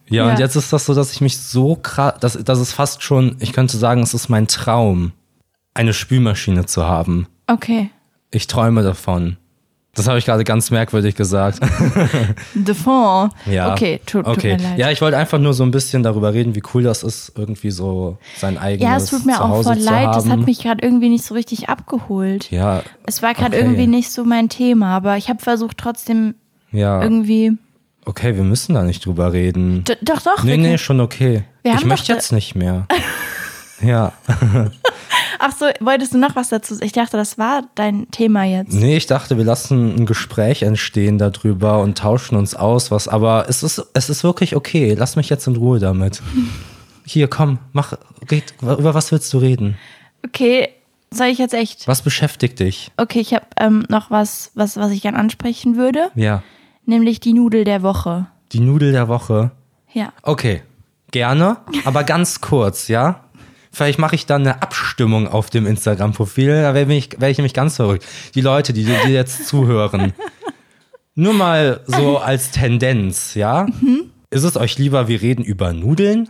Speaker 2: Ja, und
Speaker 1: Ja.
Speaker 2: jetzt ist das so, dass ich mich so krass, das, das ist fast schon, ich könnte sagen, es ist mein Traum, eine Spülmaschine zu haben.
Speaker 1: Okay.
Speaker 2: Ich träume davon. Das habe ich gerade ganz merkwürdig gesagt.
Speaker 1: The Fond.
Speaker 2: Ja.
Speaker 1: Okay, tut, tut
Speaker 2: okay.
Speaker 1: mir leid.
Speaker 2: Ja, ich wollte einfach nur so ein bisschen darüber reden, wie cool das ist, irgendwie so sein eigenes
Speaker 1: Ja, es tut mir auch
Speaker 2: Zuhause
Speaker 1: voll
Speaker 2: zu
Speaker 1: leid. Das hat
Speaker 2: haben.
Speaker 1: mich gerade irgendwie nicht so richtig abgeholt.
Speaker 2: Ja,
Speaker 1: Es war gerade
Speaker 2: Okay.
Speaker 1: irgendwie nicht so mein Thema, aber ich habe versucht trotzdem
Speaker 2: ja.
Speaker 1: irgendwie.
Speaker 2: Okay, wir müssen da nicht drüber reden.
Speaker 1: D doch, doch.
Speaker 2: Nee,
Speaker 1: wir
Speaker 2: nee,
Speaker 1: können-
Speaker 2: schon okay.
Speaker 1: Wir
Speaker 2: ich
Speaker 1: haben
Speaker 2: möchte
Speaker 1: doch-
Speaker 2: jetzt nicht mehr. ja.
Speaker 1: Ach so, wolltest du noch was dazu? Ich dachte, das war dein Thema jetzt.
Speaker 2: Nee, ich dachte, wir lassen ein Gespräch entstehen darüber und tauschen uns aus, was, aber es ist, es ist wirklich okay. Lass mich jetzt in Ruhe damit. Hier, komm, mach, red, über was willst du reden?
Speaker 1: Okay, soll ich jetzt echt?
Speaker 2: Was beschäftigt dich?
Speaker 1: Okay, ich habe ähm, noch was, was, was ich gerne ansprechen würde,
Speaker 2: Ja.
Speaker 1: nämlich die Nudel der Woche.
Speaker 2: Die Nudel der Woche.
Speaker 1: Ja.
Speaker 2: Okay, gerne, aber ganz kurz, ja? Vielleicht mache ich dann eine Abstimmung auf dem Instagram-Profil, da wäre ich, wär ich nämlich ganz verrückt. Die Leute, die, die
Speaker 1: Mhm.
Speaker 2: jetzt zuhören. Nur mal so als Tendenz, ja? Ist es euch lieber, wir reden über Nudeln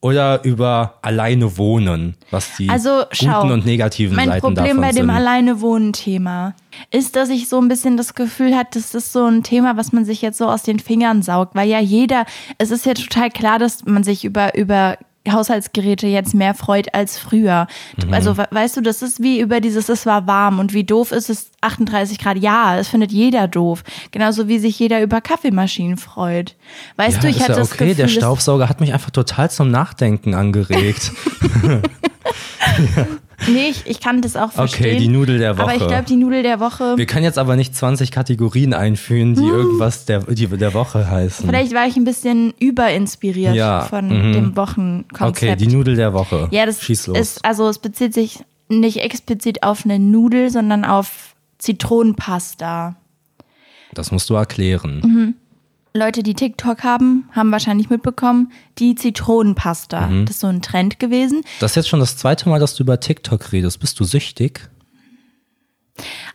Speaker 2: oder über alleine wohnen, was die
Speaker 1: Also schau,
Speaker 2: guten und negativen
Speaker 1: mein
Speaker 2: Seiten
Speaker 1: Problem
Speaker 2: davon
Speaker 1: bei dem
Speaker 2: sind?
Speaker 1: Alleine-Wohnen-Thema ist, dass ich so ein bisschen das Gefühl hatte, das ist so ein Thema, was man sich jetzt so aus den Fingern saugt, weil ja jeder, es ist ja total klar, dass man sich über, über Haushaltsgeräte jetzt mehr freut als früher.
Speaker 2: Mhm.
Speaker 1: Also we- weißt du, das ist wie über dieses, es war warm und wie doof ist es 38 Grad. Ja, das findet jeder doof. Genauso wie sich jeder über Kaffeemaschinen freut. Weißt
Speaker 2: ja,
Speaker 1: du, ich
Speaker 2: ist
Speaker 1: hatte
Speaker 2: ja
Speaker 1: das
Speaker 2: okay,
Speaker 1: Gefühl,
Speaker 2: der
Speaker 1: es-
Speaker 2: Staubsauger hat mich einfach total zum Nachdenken angeregt.
Speaker 1: Nee, ich, ich kann das auch verstehen.
Speaker 2: okay, die Nudel der Woche.
Speaker 1: Aber ich glaube, die Nudel der Woche.
Speaker 2: wir können jetzt aber nicht 20 Kategorien einführen, die irgendwas der, die der Woche heißen.
Speaker 1: Hm. Vielleicht war ich ein bisschen überinspiriert
Speaker 2: Mhm. Ja,
Speaker 1: von
Speaker 2: mhm.
Speaker 1: dem Wochenkonzept.
Speaker 2: okay, die Nudel der Woche.
Speaker 1: ja, das
Speaker 2: Schieß los.
Speaker 1: ist, also es bezieht sich nicht explizit auf eine Nudel, sondern auf Zitronenpasta.
Speaker 2: das musst du erklären.
Speaker 1: Mhm. Leute, die TikTok haben, haben wahrscheinlich mitbekommen, die Zitronenpasta.
Speaker 2: Mhm.
Speaker 1: Das ist so ein Trend gewesen.
Speaker 2: Das ist jetzt schon das zweite Mal, dass du über TikTok redest. Bist du süchtig?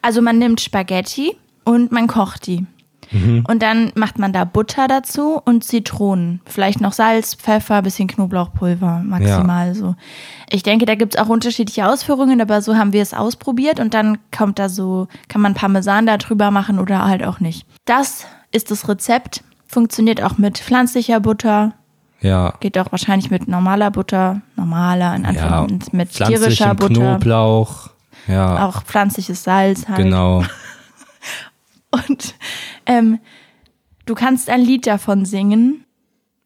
Speaker 1: Also man nimmt Spaghetti und man kocht die.
Speaker 2: Mhm.
Speaker 1: Und dann macht man da Butter dazu und Zitronen. Vielleicht noch Salz, Pfeffer, bisschen Knoblauchpulver maximal so. Ich denke, da gibt's auch unterschiedliche Ausführungen, aber so haben wir es ausprobiert und dann kommt da so, kann man Parmesan da drüber machen oder halt auch nicht. Das ist das Rezept. Funktioniert auch mit pflanzlicher Butter,
Speaker 2: Ja.
Speaker 1: geht auch wahrscheinlich mit normaler Butter, normaler, in
Speaker 2: Ja.
Speaker 1: Anführungszeichen, Genau. mit tierischer
Speaker 2: Pflanzlichem
Speaker 1: Butter,
Speaker 2: Knoblauch. Ja,
Speaker 1: auch pflanzliches Salz halt.
Speaker 2: genau.
Speaker 1: Und ähm, du kannst ein Lied davon singen,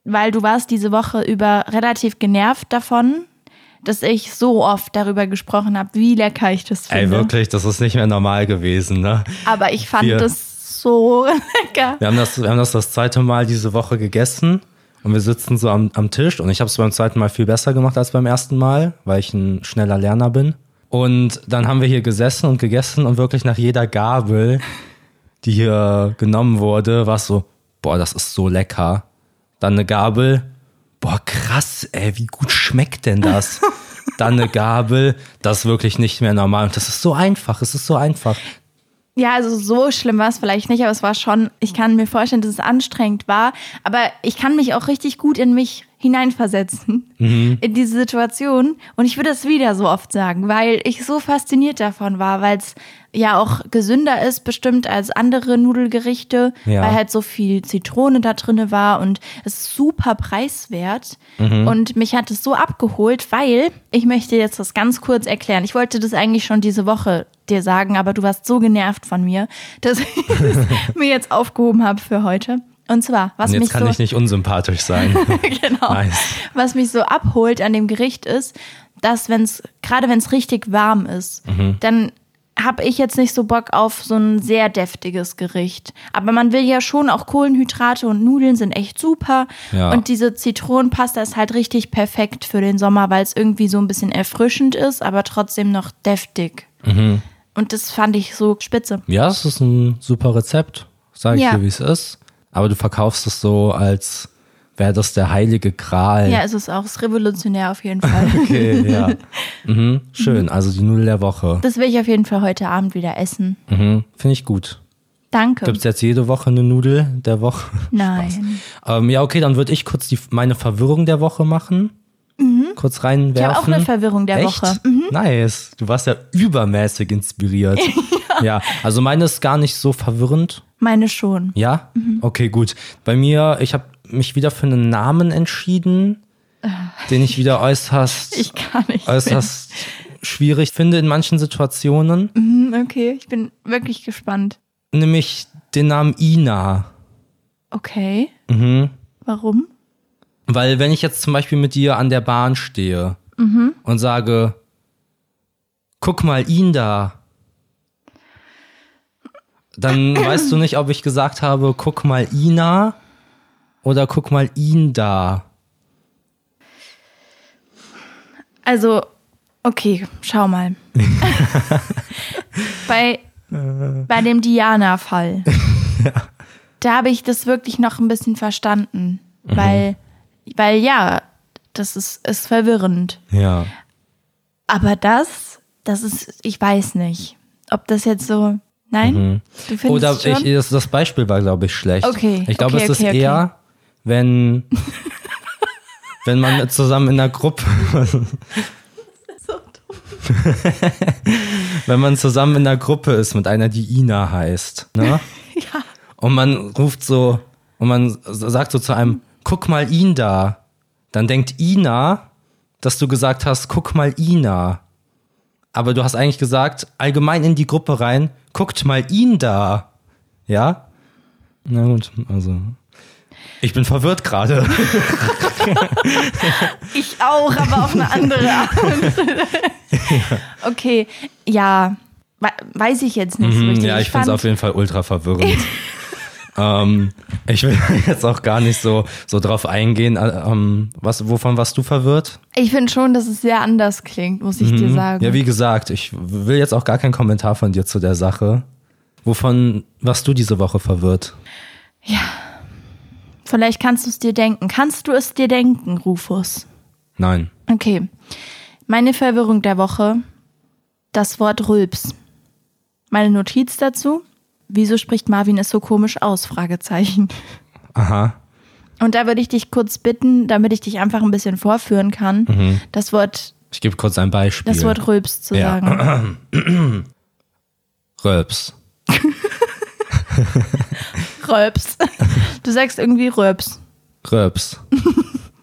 Speaker 1: weil du warst diese Woche über relativ genervt davon, dass ich so oft darüber gesprochen habe, wie lecker ich das
Speaker 2: Ey,
Speaker 1: finde.
Speaker 2: wirklich, das ist nicht mehr normal gewesen, ne?
Speaker 1: Aber ich fand
Speaker 2: Wir-
Speaker 1: das so lecker.
Speaker 2: Wir haben, das, wir haben das das zweite Mal diese Woche gegessen und wir sitzen so am, am Tisch und ich habe es beim zweiten Mal viel besser gemacht als beim ersten Mal, weil ich ein schneller Lerner bin. Und dann haben wir hier gesessen und gegessen und wirklich nach jeder Gabel, die hier genommen wurde, war es so, boah, das ist so lecker. Dann eine Gabel, boah, krass, ey, wie gut schmeckt denn das? Dann eine Gabel, das ist wirklich nicht mehr normal. Und das ist so einfach, es ist so einfach.
Speaker 1: Ja, also so schlimm war es vielleicht nicht, aber es war schon, ich kann mir vorstellen, dass es anstrengend war. Aber ich kann mich auch richtig gut in mich hineinversetzen, in diese Situation. Und ich würde es wieder so oft sagen, weil ich so fasziniert davon war, weil es ja auch gesünder ist bestimmt als andere Nudelgerichte,
Speaker 2: Ja.
Speaker 1: weil halt so viel Zitrone da drinne war und es ist super preiswert.
Speaker 2: Mhm.
Speaker 1: Und mich hat es so abgeholt, weil ich möchte jetzt das ganz kurz erklären. Ich wollte das eigentlich schon diese Woche dir sagen, aber du warst so genervt von mir, dass ich es mir jetzt aufgehoben habe für heute. Und zwar, was
Speaker 2: Und jetzt
Speaker 1: mich
Speaker 2: kann
Speaker 1: so
Speaker 2: ich nicht unsympathisch sein.
Speaker 1: genau.
Speaker 2: Nice.
Speaker 1: Was mich so abholt an dem Gericht ist, dass wenn's gerade wenn es richtig warm ist,
Speaker 2: Mhm.
Speaker 1: dann habe ich jetzt nicht so Bock auf so ein sehr deftiges Gericht. Aber man will ja schon auch Kohlenhydrate und Nudeln sind echt super.
Speaker 2: Ja.
Speaker 1: Und diese Zitronenpasta ist halt richtig perfekt für den Sommer, weil es irgendwie so ein bisschen erfrischend ist, aber trotzdem noch deftig.
Speaker 2: Mhm.
Speaker 1: Und das fand ich so spitze.
Speaker 2: Ja, es ist ein super Rezept, sage ich
Speaker 1: Ja.
Speaker 2: dir, wie es ist. Aber du verkaufst es so, als wäre das der heilige Gral.
Speaker 1: Ja, es ist auch es ist revolutionär auf jeden Fall.
Speaker 2: Okay, ja. Mhm, schön, also die Nudel der Woche.
Speaker 1: Das will ich auf jeden Fall heute Abend wieder essen.
Speaker 2: Mhm, Finde ich gut.
Speaker 1: Danke.
Speaker 2: Gibt es jetzt jede Woche eine Nudel der Woche?
Speaker 1: Nein.
Speaker 2: Ähm, ja, okay, dann würde ich kurz die, meine Verwirrung der Woche machen. Kurz reinwerfen.
Speaker 1: Mhm. Ich habe auch eine Verwirrung der
Speaker 2: hm. Echt?
Speaker 1: Woche. Mhm.
Speaker 2: Nice. Du warst ja übermäßig inspiriert. ja. ja, also meine ist gar nicht so verwirrend.
Speaker 1: Meine schon.
Speaker 2: Ja? Okay, gut. Bei mir, ich habe mich wieder für einen Namen entschieden, den ich wieder äußerst,
Speaker 1: Ich kann nicht.
Speaker 2: äußerst schwierig finde in manchen Situationen.
Speaker 1: Hm, Okay, ich bin wirklich gespannt.
Speaker 2: Nämlich den Namen Ina.
Speaker 1: Okay. Warum?
Speaker 2: Weil wenn ich jetzt zum Beispiel mit dir an der Bahn stehe und sage, guck mal ihn da, dann weißt du nicht, ob ich gesagt habe, guck mal Ina oder guck mal ihn da.
Speaker 1: Also, okay, schau mal. bei,
Speaker 2: Äh.
Speaker 1: bei dem Diana-Fall, da habe ich das wirklich noch ein bisschen verstanden.
Speaker 2: Mhm.
Speaker 1: Weil, weil ja, das ist, ist verwirrend.
Speaker 2: Ja.
Speaker 1: Aber das, das ist, ich weiß nicht, ob das jetzt so. Nein? Du findest
Speaker 2: Mhm. Oder
Speaker 1: schon?
Speaker 2: ich, das, das Beispiel war, glaube ich, schlecht.
Speaker 1: Okay,
Speaker 2: Ich glaube,
Speaker 1: okay,
Speaker 2: es ist
Speaker 1: okay, okay.
Speaker 2: eher, wenn, wenn man zusammen in der Gruppe,
Speaker 1: So dumm.
Speaker 2: wenn man zusammen in der Gruppe ist mit einer, die Ina heißt. Ne?
Speaker 1: Ja.
Speaker 2: Und man ruft so, und man sagt so zu einem, guck mal ihn da. Dann denkt Ina, dass du gesagt hast, guck mal Ina. Aber du hast eigentlich gesagt, allgemein in die Gruppe rein, guckt mal ihn da. Ja? Na gut, also. Ich bin verwirrt gerade.
Speaker 1: Ich auch, aber auf eine andere Art. Okay, ja. We- Weiß ich jetzt nicht so richtig.
Speaker 2: Mhm, Ja, ich finde es
Speaker 1: fand-
Speaker 2: auf jeden Fall ultra verwirrend. ähm, ich will jetzt auch gar nicht so, so drauf eingehen, äh, ähm, was, wovon warst du verwirrt?
Speaker 1: Ich finde schon, dass es sehr anders klingt, muss ich dir sagen.
Speaker 2: Mhm. Ja, wie gesagt, ich will jetzt auch gar keinen Kommentar von dir zu der Sache. Wovon warst du diese Woche verwirrt?
Speaker 1: Vielleicht kannst du es dir denken. Kannst du es dir denken, Rufus?
Speaker 2: Nein.
Speaker 1: Okay. Meine Verwirrung der Woche, das Wort Rülps. Meine Notiz dazu, wieso spricht Marvin es so komisch aus? Fragezeichen.
Speaker 2: Aha.
Speaker 1: Und da würde ich dich kurz bitten, damit ich dich einfach ein bisschen vorführen kann,
Speaker 2: Mhm.
Speaker 1: das Wort,
Speaker 2: Ich gebe kurz ein Beispiel.
Speaker 1: das Wort Rülps zu
Speaker 2: Ja.
Speaker 1: sagen.
Speaker 2: Röps.
Speaker 1: Rülps. Du sagst irgendwie Rülps.
Speaker 2: Röps.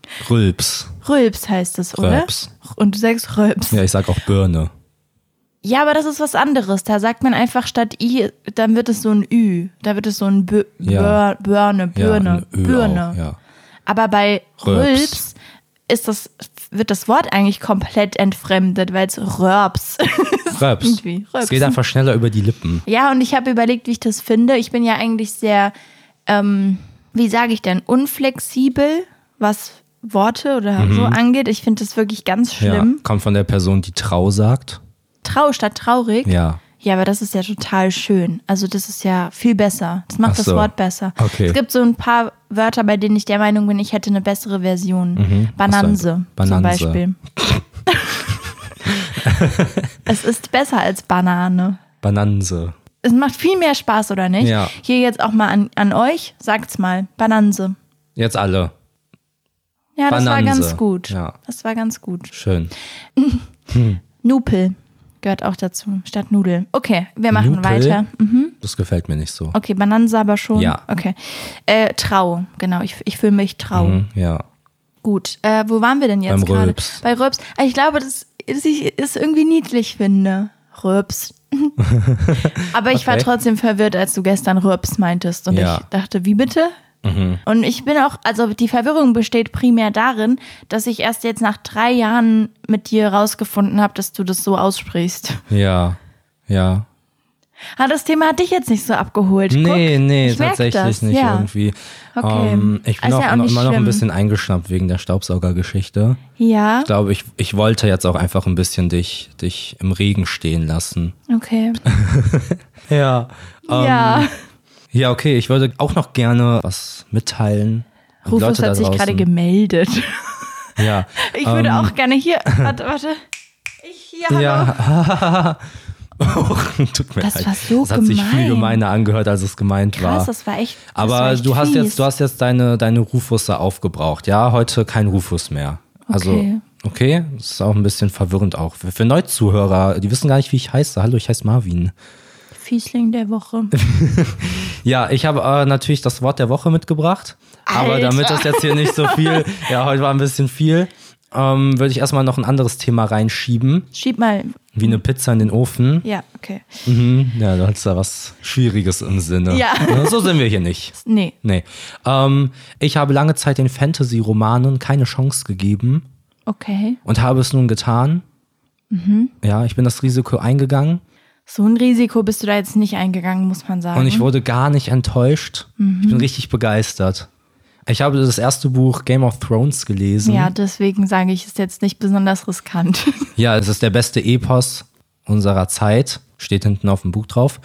Speaker 2: Rülps.
Speaker 1: Rülps heißt es, oder?
Speaker 2: Rülps.
Speaker 1: Und du sagst Rülps.
Speaker 2: Ja, ich sag auch Birne.
Speaker 1: Ja, aber das ist was anderes. Da sagt man einfach statt I, dann wird es so ein Ü. Da wird es so ein Bö
Speaker 2: Ja.
Speaker 1: Bör Birne,
Speaker 2: Ja,
Speaker 1: Birne,
Speaker 2: ein Ö
Speaker 1: Birne.
Speaker 2: Auch, ja.
Speaker 1: Aber bei
Speaker 2: Röps.
Speaker 1: Rülps ist das, wird das Wort eigentlich komplett entfremdet, weil es Röps ist.
Speaker 2: Röps.
Speaker 1: Irgendwie.
Speaker 2: Es
Speaker 1: Röps.
Speaker 2: geht einfach schneller über die Lippen.
Speaker 1: Ja, und ich habe überlegt, wie ich das finde. Ich bin ja eigentlich sehr, ähm, wie sage ich denn, unflexibel, was Worte oder so angeht. Ich finde das wirklich ganz
Speaker 2: Mhm. Ja.
Speaker 1: schlimm.
Speaker 2: Kommt von der Person, die Trau sagt.
Speaker 1: Trau statt traurig.
Speaker 2: Ja.
Speaker 1: Ja, aber das ist ja total schön. Also das ist ja viel besser. Das macht
Speaker 2: Ach
Speaker 1: das
Speaker 2: so.
Speaker 1: Wort besser.
Speaker 2: Okay.
Speaker 1: Es gibt so ein paar Wörter, bei denen ich der Meinung bin, ich hätte eine bessere Version.
Speaker 2: Mhm.
Speaker 1: Bananse,
Speaker 2: Ach so,
Speaker 1: zum
Speaker 2: also Bananse.
Speaker 1: Beispiel. es ist besser als Banane.
Speaker 2: Bananse.
Speaker 1: Es macht viel mehr Spaß, oder nicht?
Speaker 2: Ja.
Speaker 1: Hier jetzt auch mal an, an euch. Sagt's mal. Bananse.
Speaker 2: Jetzt alle.
Speaker 1: Ja, das war
Speaker 2: Bananse.
Speaker 1: ganz gut.
Speaker 2: Ja.
Speaker 1: Das war ganz gut.
Speaker 2: Schön.
Speaker 1: Nupel gehört auch dazu, statt Nudel. Okay, wir machen
Speaker 2: Nupel?
Speaker 1: weiter. Mhm.
Speaker 2: Das gefällt mir nicht so.
Speaker 1: Okay, Bananse aber schon.
Speaker 2: Ja.
Speaker 1: Okay. Äh, Trau, genau. Ich, ich fühle mich trau.
Speaker 2: Mhm, Ja.
Speaker 1: Gut. Äh, wo waren wir denn jetzt
Speaker 2: Beim
Speaker 1: gerade?
Speaker 2: Rülps.
Speaker 1: Bei Röps. Ah, Ich glaube, dass dass ich es irgendwie niedlich finde. Röps. aber ich war
Speaker 2: Okay.
Speaker 1: trotzdem verwirrt, als du gestern Röps meintest. Und
Speaker 2: Ja. Mhm.
Speaker 1: ich dachte, wie bitte? Und ich bin auch, also die Verwirrung besteht primär darin, dass ich erst jetzt nach drei Jahren mit dir rausgefunden habe, dass du das so aussprichst.
Speaker 2: Ja. Ja.
Speaker 1: Ah, das Thema hat dich jetzt nicht so abgeholt. Guck,
Speaker 2: Nee, nee,
Speaker 1: ich merk
Speaker 2: tatsächlich
Speaker 1: das.
Speaker 2: nicht
Speaker 1: ja.
Speaker 2: irgendwie.
Speaker 1: Okay.
Speaker 2: Ähm, ich bin
Speaker 1: Ist ja
Speaker 2: auch
Speaker 1: auch
Speaker 2: immer
Speaker 1: nicht
Speaker 2: immer noch ein
Speaker 1: schlimm.
Speaker 2: bisschen eingeschnappt wegen der Staubsaugergeschichte.
Speaker 1: Ja,
Speaker 2: Ich glaube, ich, ich wollte jetzt auch einfach ein bisschen dich, dich im Regen stehen lassen.
Speaker 1: okay.
Speaker 2: Ja.
Speaker 1: ja.
Speaker 2: Ja, okay, ich würde auch noch gerne was mitteilen. an die
Speaker 1: Rufus
Speaker 2: Leute da
Speaker 1: hat sich
Speaker 2: draußen. Ähm.
Speaker 1: gerade gemeldet.
Speaker 2: Ja.
Speaker 1: Ich würde auch gerne hier. Warte, warte. Ich hier hallo.
Speaker 2: Ja. Tut mir
Speaker 1: Das
Speaker 2: leid.
Speaker 1: war so
Speaker 2: das hat sich viel
Speaker 1: gemein.
Speaker 2: gemeiner angehört, als es gemeint war.
Speaker 1: Krass, das war echt. das war
Speaker 2: Aber
Speaker 1: echt
Speaker 2: du hast
Speaker 1: fies.
Speaker 2: jetzt, du hast jetzt deine, deine Rufusse aufgebraucht. Ja, heute kein Rufus mehr. Also,
Speaker 1: Okay.
Speaker 2: okay. das ist auch ein bisschen verwirrend auch. Für, für Neuzuhörer, die wissen gar nicht, wie ich heiße. Hallo, ich heiße Marvin.
Speaker 1: Fiesling der Woche.
Speaker 2: Ja, ich habe äh, natürlich das Wort der Woche mitgebracht. Aber
Speaker 1: Alter.
Speaker 2: damit das jetzt hier nicht so viel, ja, heute war ein bisschen viel, ähm, würde ich erstmal noch ein anderes Thema reinschieben.
Speaker 1: Schieb mal.
Speaker 2: Wie eine Pizza in den Ofen.
Speaker 1: Ja, okay.
Speaker 2: Mhm. Ja, du hast da was Schwieriges im Sinne. Ne,
Speaker 1: Ja.
Speaker 2: So sind wir hier nicht.
Speaker 1: Nee.
Speaker 2: Nee. Ähm, ich habe lange Zeit den Fantasy-Romanen keine Chance gegeben
Speaker 1: Okay.
Speaker 2: und habe es nun getan.
Speaker 1: Mhm.
Speaker 2: Ja, ich bin das Risiko eingegangen
Speaker 1: So ein Risiko bist du da jetzt nicht eingegangen, muss man sagen.
Speaker 2: und ich wurde gar nicht enttäuscht.
Speaker 1: Mhm.
Speaker 2: Ich bin richtig begeistert. Ich habe das erste Buch Game of Thrones gelesen.
Speaker 1: ja, deswegen sage ich, ist jetzt nicht besonders riskant.
Speaker 2: Ja, es ist der beste Epos unserer Zeit. Steht hinten auf dem Buch drauf.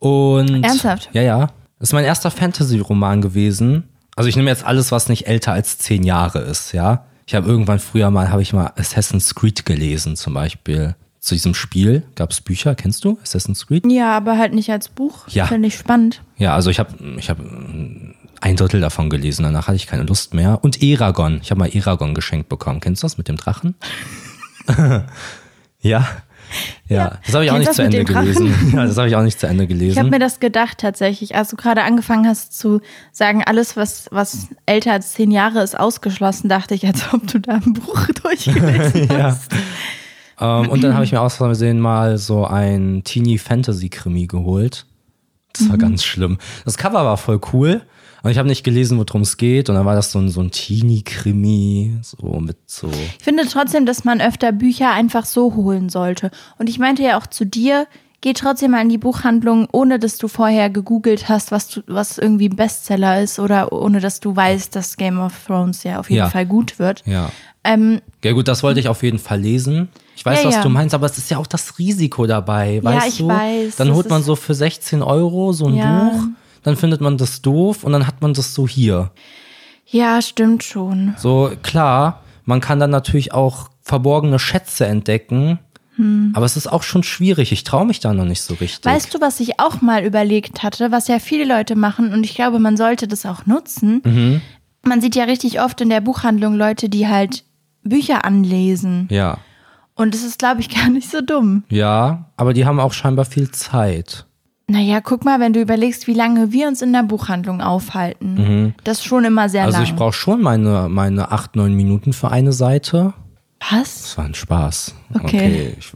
Speaker 2: Und.
Speaker 1: Ernsthaft?
Speaker 2: Ja, ja. Das ist mein erster Fantasy-Roman gewesen. Also ich nehme jetzt alles, was nicht älter als zehn Jahre ist, ja. Ich habe irgendwann früher mal, habe ich mal Assassin's Creed gelesen, zum Beispiel. Zu diesem Spiel gab es Bücher, kennst du? Assassin's Creed?
Speaker 1: ja, aber halt nicht als Buch.
Speaker 2: Ja.
Speaker 1: Finde ich spannend.
Speaker 2: Ja, also ich habe ich hab ein Drittel davon gelesen. Danach hatte ich keine Lust mehr. Und Eragon. Ich habe mal Eragon geschenkt bekommen. Kennst du das mit dem Drachen? ja. ja.
Speaker 1: Ja.
Speaker 2: Das habe ich auch
Speaker 1: Kennst
Speaker 2: nicht
Speaker 1: du
Speaker 2: zu
Speaker 1: das mit
Speaker 2: Ende
Speaker 1: dem Drachen?
Speaker 2: gelesen. Ja, das habe ich auch nicht zu Ende
Speaker 1: Ich habe
Speaker 2: gelesen.
Speaker 1: mir das gedacht tatsächlich, als du gerade angefangen hast zu sagen, alles, was, was älter als zehn Jahre ist, ausgeschlossen, dachte ich, als ob du da ein Buch durchgelesen hast.
Speaker 2: Ähm, und dann habe ich mir aus Versehen mal so ein Teenie Fantasy Krimi geholt. Das
Speaker 1: Mhm.
Speaker 2: war ganz schlimm. Das Cover war voll cool. Und ich habe nicht gelesen, worum es geht. Und dann war das so ein, so ein Teenie-Krimi, so mit so.
Speaker 1: Ich finde trotzdem, dass man öfter Bücher einfach so holen sollte. Und ich meinte ja auch zu dir, geh trotzdem mal in die Buchhandlung, ohne dass du vorher gegoogelt hast, was, du, was irgendwie ein Bestseller ist oder ohne dass du weißt, dass Game of Thrones ja auf jeden
Speaker 2: Ja.
Speaker 1: Fall gut wird.
Speaker 2: Ja.
Speaker 1: Ähm,
Speaker 2: Ja, gut, das wollte ich auf jeden Fall lesen. Ich weiß,
Speaker 1: Ja,
Speaker 2: was
Speaker 1: ja.
Speaker 2: du meinst, aber es ist ja auch das Risiko dabei, weißt
Speaker 1: ich
Speaker 2: du?
Speaker 1: weiß,
Speaker 2: Dann
Speaker 1: das
Speaker 2: holt man
Speaker 1: ist-
Speaker 2: so für 16 Euro so ein
Speaker 1: Ja.
Speaker 2: Buch, dann findet man das doof und dann hat man das so hier.
Speaker 1: ja, stimmt schon.
Speaker 2: So, klar, man kann dann natürlich auch verborgene Schätze entdecken, aber es ist auch schon schwierig. Ich traue mich da noch nicht so richtig.
Speaker 1: Hm. Weißt du, was ich auch mal überlegt hatte, was ja viele Leute machen und ich glaube, man sollte das auch nutzen?
Speaker 2: Mhm.
Speaker 1: Man sieht ja richtig oft in der Buchhandlung Leute, die halt Bücher anlesen.
Speaker 2: ja.
Speaker 1: Und es ist, glaube ich, gar nicht so dumm.
Speaker 2: Ja, aber die haben auch scheinbar viel Zeit.
Speaker 1: Naja, guck mal, wenn du überlegst, wie lange wir uns in der Buchhandlung aufhalten. Das ist schon immer sehr
Speaker 2: Mhm. Also
Speaker 1: lang.
Speaker 2: ich brauche schon meine, meine acht, neun Minuten für eine Seite.
Speaker 1: was?
Speaker 2: Es war ein Spaß.
Speaker 1: Okay.
Speaker 2: Ich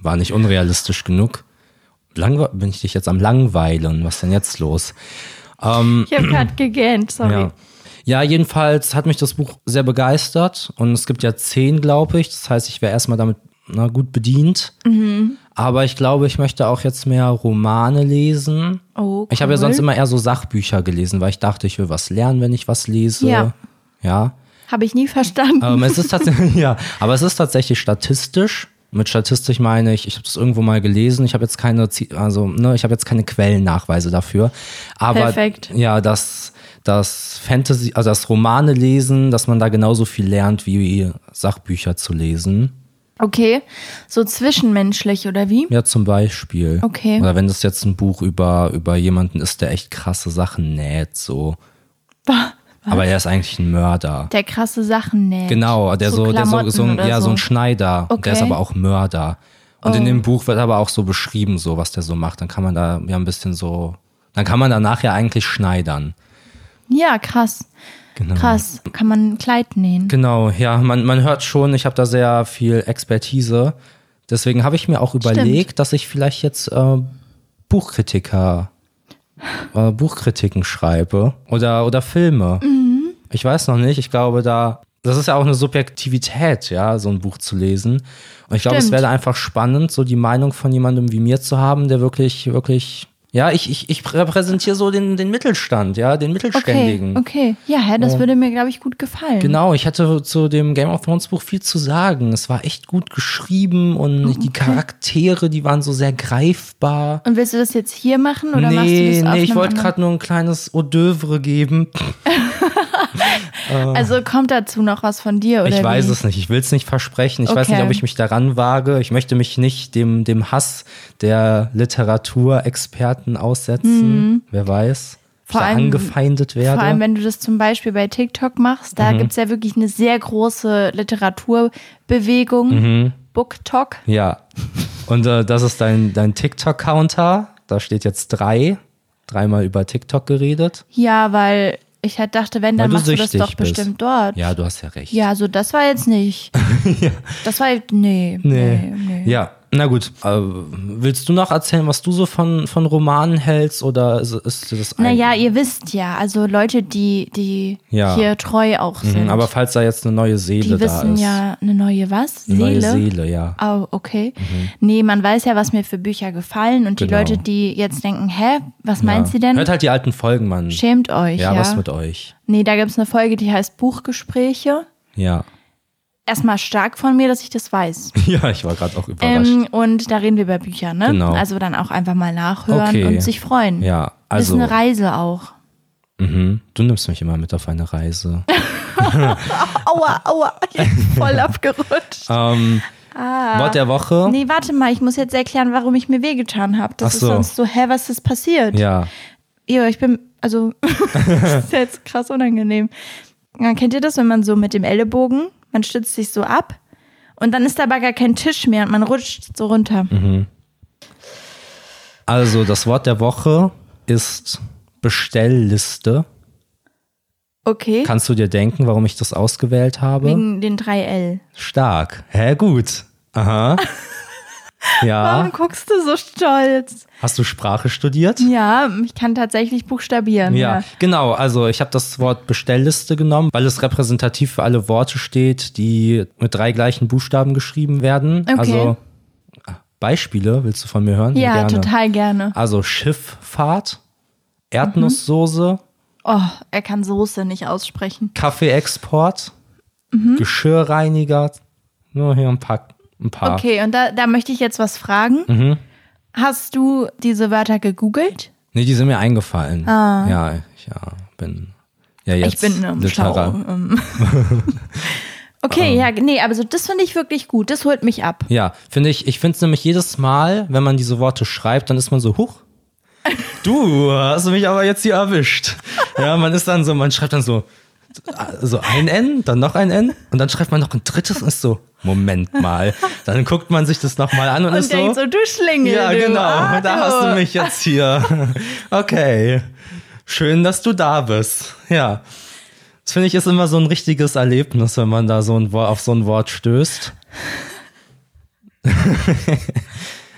Speaker 2: war nicht unrealistisch genug. Langwe bin ich dich jetzt am Langweilen? Was ist denn jetzt los?
Speaker 1: Ich habe gerade gegähnt, sorry.
Speaker 2: Mhm. Ja. ja, jedenfalls hat mich das Buch sehr begeistert und es gibt ja zehn, glaube ich. Das heißt, ich wäre erstmal damit na, gut bedient.
Speaker 1: Mhm.
Speaker 2: Aber ich glaube, ich möchte auch jetzt mehr Romane lesen.
Speaker 1: Oh,
Speaker 2: Ich habe ja
Speaker 1: cool.
Speaker 2: sonst immer eher so Sachbücher gelesen, weil ich dachte, ich will was lernen, wenn ich was lese.
Speaker 1: Ja.
Speaker 2: Ja.
Speaker 1: Habe ich nie verstanden.
Speaker 2: Ähm, es ist tatsächlich, ja, aber es ist tatsächlich statistisch. Mit statistisch meine ich, ich habe das irgendwo mal gelesen. Ich habe jetzt keine, Zi- also ne, ich habe jetzt keine Quellennachweise dafür. Aber
Speaker 1: Perfekt.
Speaker 2: ja, dass das Fantasy, also das Romane lesen, dass man da genauso viel lernt wie Sachbücher zu lesen.
Speaker 1: Okay, so zwischenmenschlich oder wie?
Speaker 2: Ja, zum Beispiel.
Speaker 1: Okay.
Speaker 2: Oder wenn das jetzt ein Buch über über jemanden ist, der echt krasse Sachen näht, so. Aber er ist eigentlich ein Mörder.
Speaker 1: Der krasse Sachen näht.
Speaker 2: Genau, der so, der so,
Speaker 1: Klamotten
Speaker 2: so, ein,
Speaker 1: oder
Speaker 2: ja, so ein Schneider. Und Der ist
Speaker 1: Okay. Oh.
Speaker 2: aber auch Mörder. Und in dem Buch wird aber auch so beschrieben, so was der so macht. Dann kann man da ja ein bisschen so, dann kann man danach ja eigentlich schneidern.
Speaker 1: Ja, krass.
Speaker 2: Genau.
Speaker 1: Krass. Kann man ein Kleid nähen.
Speaker 2: Genau, ja, man, man hört schon, ich habe da sehr viel Expertise. Deswegen habe ich mir auch überlegt, dass ich vielleicht jetzt äh, Buchkritiker, äh, Buchkritiken schreibe oder, oder Filme.
Speaker 1: Mhm.
Speaker 2: Ich weiß noch nicht, ich glaube da, das ist ja auch eine Subjektivität, ja, so ein Buch zu lesen. Und ich glaube, es
Speaker 1: Stimmt.
Speaker 2: wäre einfach spannend, so die Meinung von jemandem wie mir zu haben, der wirklich, wirklich, ja, ich, ich, ich repräsentiere so den, den Mittelstand, ja, den Mittelständigen.
Speaker 1: Okay, okay. Ja, hä, das würde mir, glaube ich, gut gefallen.
Speaker 2: Genau, ich hatte zu dem Game of Thrones Buch viel zu sagen. Es war echt gut geschrieben und
Speaker 1: Oh,
Speaker 2: die Charaktere, die waren so sehr greifbar.
Speaker 1: Und willst du das jetzt hier machen oder machst du das
Speaker 2: nee,
Speaker 1: auf
Speaker 2: nee, ich
Speaker 1: einem anderen-
Speaker 2: wollte gerade nur ein kleines Hors d'oeuvre geben.
Speaker 1: Also kommt dazu noch was von dir oder
Speaker 2: Ich weiß
Speaker 1: wie?
Speaker 2: es nicht, ich will es nicht versprechen. Ich weiß
Speaker 1: Okay.
Speaker 2: nicht, ob ich mich daran wage. Ich möchte mich nicht dem, dem Hass der Literaturexperten aussetzen. Wer weiß. Ob ich
Speaker 1: Hm. Vor
Speaker 2: da
Speaker 1: allem-
Speaker 2: angefeindet werde.
Speaker 1: Vor allem, wenn du das zum Beispiel bei TikTok machst,
Speaker 2: Mhm.
Speaker 1: da gibt's ja wirklich eine sehr große
Speaker 2: Mhm.
Speaker 1: Literaturbewegung, BookTok.
Speaker 2: Ja. Und äh, das ist dein, dein TikTok-Counter. Da steht jetzt drei. Dreimal über TikTok geredet.
Speaker 1: Ja, weil ich halt dachte, wenn, dann
Speaker 2: Weil du
Speaker 1: machst du das
Speaker 2: süchtig
Speaker 1: doch
Speaker 2: bist.
Speaker 1: bestimmt dort.
Speaker 2: Ja, du hast ja recht.
Speaker 1: Ja, also das war jetzt nicht. Das war jetzt, nee,
Speaker 2: Nee.
Speaker 1: nee, nee.
Speaker 2: Ja, na gut. Äh, willst du noch erzählen, was du so von, von Romanen hältst oder ist, ist dir das ein?
Speaker 1: Naja, ihr wisst ja, also Leute, die, die
Speaker 2: Ja.
Speaker 1: hier treu auch sind,
Speaker 2: Mhm, Aber falls da jetzt eine neue Seele
Speaker 1: die
Speaker 2: da
Speaker 1: wissen
Speaker 2: ist.
Speaker 1: ja eine neue was?
Speaker 2: eine neue
Speaker 1: Seele?
Speaker 2: Seele, ja.
Speaker 1: Oh, okay. Nee, man weiß ja, was mir für Bücher gefallen und die
Speaker 2: Genau.
Speaker 1: Leute, die jetzt denken, hä, was meint
Speaker 2: ja.
Speaker 1: sie denn?
Speaker 2: Hört halt die alten Folgen, Mann.
Speaker 1: Schämt euch, ja.
Speaker 2: ja, was mit euch?
Speaker 1: nee, da gibt's eine Folge, die heißt Buchgespräche.
Speaker 2: Ja.
Speaker 1: Erstmal stark von mir, dass ich das weiß.
Speaker 2: Ja, ich war gerade auch überrascht.
Speaker 1: Ähm, und da reden wir über Bücher, ne?
Speaker 2: Genau.
Speaker 1: Also dann auch einfach mal nachhören
Speaker 2: Okay.
Speaker 1: und sich freuen.
Speaker 2: ja, also.
Speaker 1: ist eine Reise auch.
Speaker 2: mhm, du nimmst mich immer mit auf eine Reise.
Speaker 1: Aua, aua, jetzt voll abgerutscht.
Speaker 2: ähm, Wort der Woche.
Speaker 1: Ah. Nee, warte mal, ich muss jetzt erklären, warum ich mir wehgetan habe. Das
Speaker 2: Also? Ach
Speaker 1: ist
Speaker 2: so.
Speaker 1: sonst so, hä, was ist passiert?
Speaker 2: Ja.
Speaker 1: Ew, ich bin, also, das ist jetzt krass unangenehm. Ja, kennt ihr das, wenn man so mit dem Ellenbogen, man stützt sich so ab und dann ist da aber gar kein Tisch mehr und man rutscht so runter.
Speaker 2: Also, das Wort der Woche ist Bestellliste.
Speaker 1: Okay,
Speaker 2: Kannst du dir denken, warum ich das ausgewählt habe?
Speaker 1: wegen den 3L.
Speaker 2: Stark. Hä, gut. Aha.
Speaker 1: Warum
Speaker 2: ja.
Speaker 1: guckst du so stolz?
Speaker 2: Hast du Sprache studiert?
Speaker 1: Ja, ich kann tatsächlich buchstabieren.
Speaker 2: Ja, genau. Also ich habe das Wort Bestellliste genommen, weil es repräsentativ für alle Worte steht, die mit drei gleichen Buchstaben geschrieben werden.
Speaker 1: Okay.
Speaker 2: Also Beispiele willst du von mir hören?
Speaker 1: Ja, total gerne.
Speaker 2: Also Schifffahrt, Erdnusssoße,
Speaker 1: Oh, er kann Soße nicht aussprechen.
Speaker 2: Kaffeeexport,
Speaker 1: Mhm.
Speaker 2: Geschirrreiniger. Nur hier ein paar. Ein paar.
Speaker 1: Okay, und da, da möchte ich jetzt was fragen. Hast du diese Wörter gegoogelt?
Speaker 2: Nee, die sind mir eingefallen. Ah. Ja, ich ja, bin. Ja, jetzt
Speaker 1: ich bin im Schau.
Speaker 2: Literar-
Speaker 1: ähm. okay, ja, nee, aber so, das finde ich wirklich gut. Das holt mich ab.
Speaker 2: Ähm. Ja, finde ich, ich finde es nämlich jedes Mal, wenn man diese Worte schreibt, dann ist man so, huch, du hast mich aber jetzt hier erwischt. Ja, man ist dann so, man schreibt dann so, so ein N, dann noch ein N und dann schreibt man noch ein drittes und ist so, Moment mal. Dann guckt man sich das nochmal an und,
Speaker 1: Und
Speaker 2: ist
Speaker 1: denkst
Speaker 2: so,
Speaker 1: so, du Schlingel.
Speaker 2: ja,
Speaker 1: du.
Speaker 2: genau,
Speaker 1: Ah,
Speaker 2: da hast du mich jetzt hier. Okay, schön, dass du da bist. Ja. Das finde ich ist immer so ein richtiges Erlebnis, wenn man da so ein, Wo- auf so ein Wort stößt.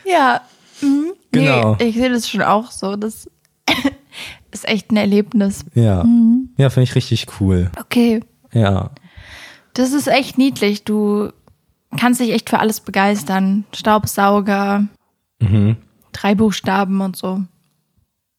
Speaker 1: Ja, mhm. nee,
Speaker 2: Genau.
Speaker 1: ich sehe das schon auch so. Das ist echt ein Erlebnis.
Speaker 2: Ja.
Speaker 1: Mhm.
Speaker 2: Ja, finde ich richtig cool.
Speaker 1: Okay,
Speaker 2: Ja.
Speaker 1: das ist echt niedlich. Du kannst dich echt für alles begeistern. Staubsauger,
Speaker 2: Mhm.
Speaker 1: drei Buchstaben und so.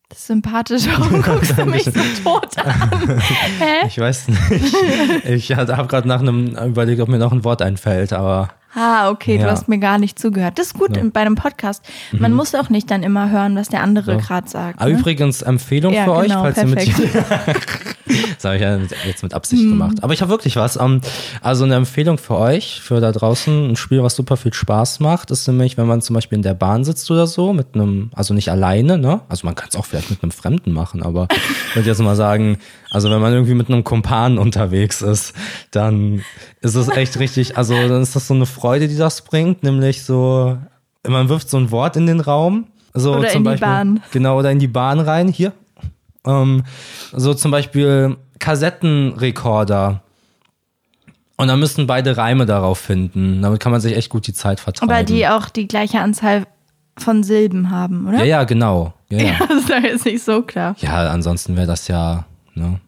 Speaker 1: Das ist sympathisch. Warum guckst du mich so tot an? Hä?
Speaker 2: Ich weiß nicht. Ich habe gerade nach einem überlegt, ob mir noch ein Wort einfällt, aber
Speaker 1: Ah, okay,
Speaker 2: Ja. Mhm.
Speaker 1: du hast mir gar nicht zugehört. Das ist gut in- bei einem Podcast. Man muss auch nicht dann immer hören, was der andere gerade sagt.
Speaker 2: Aber
Speaker 1: Ne?
Speaker 2: übrigens Empfehlung
Speaker 1: Ja,
Speaker 2: für euch,
Speaker 1: genau,
Speaker 2: falls ihr mit. das habe ich ja mit- jetzt mit
Speaker 1: Hm.
Speaker 2: Absicht gemacht. Aber ich habe wirklich was. Ähm, also eine Empfehlung für euch, für da draußen, ein Spiel, was super viel Spaß macht, ist nämlich, wenn man zum Beispiel in der Bahn sitzt oder so, mit einem, also nicht alleine, ne? Also man kann es auch vielleicht mit einem Fremden machen, aber ich würde jetzt mal sagen, also wenn man irgendwie mit einem Kumpan unterwegs ist, dann ist es echt richtig, also dann ist das so eine Freude, die das bringt, nämlich so, man wirft so ein Wort in den Raum. So
Speaker 1: Oder
Speaker 2: zum
Speaker 1: in die
Speaker 2: Beispiel,
Speaker 1: Bahn.
Speaker 2: Genau, oder in die Bahn rein, hier. Ähm, so zum Beispiel Kassettenrekorder. Und dann müssen beide Reime darauf finden. Damit kann man sich echt gut die Zeit vertreiben.
Speaker 1: Aber die ne? auch die gleiche Anzahl von Silben haben,
Speaker 2: ja,
Speaker 1: oder?
Speaker 2: ja, genau. Ja, ja.
Speaker 1: Das war jetzt nicht so klar.
Speaker 2: ja ansonsten wäre das ja, ne?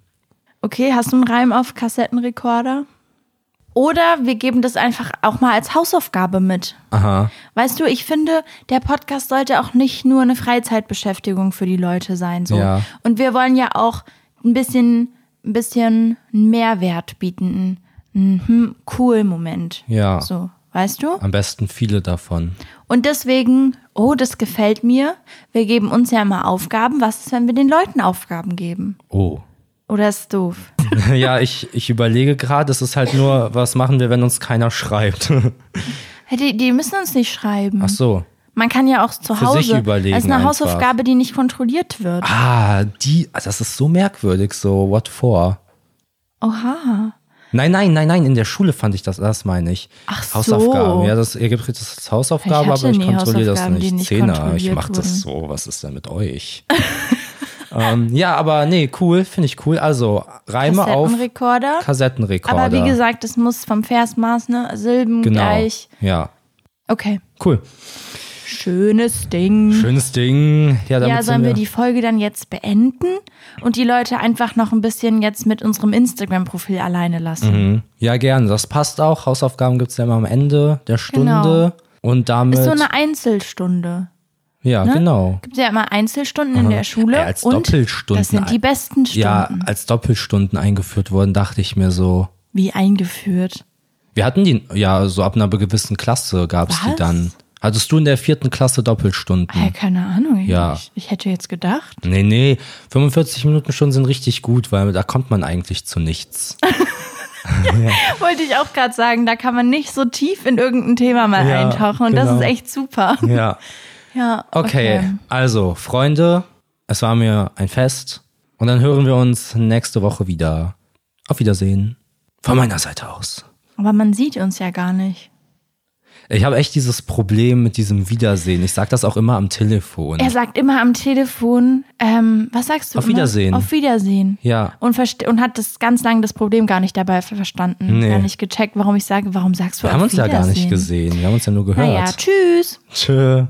Speaker 1: Okay, hast du einen Reim auf Kassettenrekorder? Oder wir geben das einfach auch mal als Hausaufgabe mit.
Speaker 2: Aha.
Speaker 1: Weißt du, ich finde, der Podcast sollte auch nicht nur eine Freizeitbeschäftigung für die Leute sein. So.
Speaker 2: Ja.
Speaker 1: Und wir wollen ja auch ein bisschen, ein bisschen einen Mehrwert bieten. Mhm, cool Moment.
Speaker 2: Ja.
Speaker 1: So, weißt du?
Speaker 2: Am besten viele davon.
Speaker 1: Und deswegen, oh, das gefällt mir. Wir geben uns ja immer Aufgaben. Was ist, wenn wir den Leuten Aufgaben geben?
Speaker 2: Oh.
Speaker 1: Oder ist doof?
Speaker 2: ja, ich, ich überlege gerade, es ist halt nur, was machen wir, wenn uns keiner schreibt?
Speaker 1: Hey, Die, die müssen uns nicht schreiben.
Speaker 2: Ach so.
Speaker 1: Man kann ja auch zu
Speaker 2: Für
Speaker 1: Hause.
Speaker 2: sich überlegen
Speaker 1: das ist eine
Speaker 2: einfach.
Speaker 1: Hausaufgabe, die nicht kontrolliert wird.
Speaker 2: Ah, die, ah, das ist so merkwürdig, so, what for?
Speaker 1: Oha.
Speaker 2: Nein, nein, nein, nein, in der Schule fand ich das, das meine ich.
Speaker 1: Ach so.
Speaker 2: Hausaufgaben, ja, das, ihr gebt das als Hausaufgabe,
Speaker 1: Ich hatte
Speaker 2: aber ich
Speaker 1: nie
Speaker 2: kontrolliere das
Speaker 1: Hausaufgaben, die
Speaker 2: nicht.
Speaker 1: nicht
Speaker 2: Zehner,
Speaker 1: kontrolliert
Speaker 2: ich mach das
Speaker 1: wurden.
Speaker 2: so, was ist denn mit euch? ähm, ja, aber nee, cool, finde ich cool. Also, Reime auf
Speaker 1: Kassettenrekorder.
Speaker 2: Kassettenrekorder.
Speaker 1: Aber wie gesagt, es muss vom Versmaß, ne? Silben
Speaker 2: genau.
Speaker 1: gleich.
Speaker 2: Ja,
Speaker 1: Okay.
Speaker 2: cool.
Speaker 1: Schönes Ding.
Speaker 2: Schönes Ding. Ja, damit
Speaker 1: ja,
Speaker 2: sind
Speaker 1: sollen wir die Folge dann jetzt beenden und die Leute einfach noch ein bisschen jetzt mit unserem Instagram-Profil alleine lassen?
Speaker 2: Mhm. Ja, gerne. Das passt auch. Hausaufgaben gibt es ja immer am Ende der Stunde. Und damit.
Speaker 1: Genau. Ist so eine Einzelstunde.
Speaker 2: ja,
Speaker 1: Ne?
Speaker 2: genau.
Speaker 1: Gibt ja immer Einzelstunden in der Schule.
Speaker 2: Ey, als
Speaker 1: und
Speaker 2: Doppelstunden
Speaker 1: das sind die
Speaker 2: ein-
Speaker 1: besten Stunden.
Speaker 2: Ja, als Doppelstunden eingeführt wurden, dachte ich mir so,
Speaker 1: Wie eingeführt.
Speaker 2: Wir hatten die, ja, so ab einer gewissen Klasse gab's die
Speaker 1: Was?
Speaker 2: dann. Hattest du in der vierten Klasse Doppelstunden?
Speaker 1: Hey, keine Ahnung.
Speaker 2: Hm. Ja.
Speaker 1: Ich, ich hätte jetzt gedacht.
Speaker 2: Nee, nee, 45 Minuten Stunden sind richtig gut, weil da kommt man eigentlich zu nichts.
Speaker 1: Wollte ich auch gerade sagen, da kann man nicht so tief in irgendein Thema mal
Speaker 2: Ja,
Speaker 1: eintauchen. Und das
Speaker 2: genau.
Speaker 1: ist echt super.
Speaker 2: Ja.
Speaker 1: Ja.
Speaker 2: Okay, also, Freunde, Es war mir ein Fest. Und dann hören wir uns nächste Woche wieder. Auf Wiedersehen. Von meiner Seite aus.
Speaker 1: Aber man sieht uns ja gar nicht.
Speaker 2: Ich habe echt dieses Problem mit diesem Wiedersehen. Ich sage das auch immer am Telefon.
Speaker 1: Er sagt immer am Telefon, ähm, was sagst du?
Speaker 2: Auf
Speaker 1: immer?
Speaker 2: Wiedersehen.
Speaker 1: Auf Wiedersehen.
Speaker 2: Ja.
Speaker 1: Und, verste- und hat das ganz lange das Problem gar nicht dabei ver- verstanden.
Speaker 2: Nee.
Speaker 1: Gar nicht gecheckt, warum ich sage, warum sagst du
Speaker 2: Wir
Speaker 1: auf
Speaker 2: haben uns ja gar nicht
Speaker 1: Wiedersehen?
Speaker 2: gesehen. Wir haben uns ja nur gehört.
Speaker 1: Naja, tschüss.
Speaker 2: Tschö.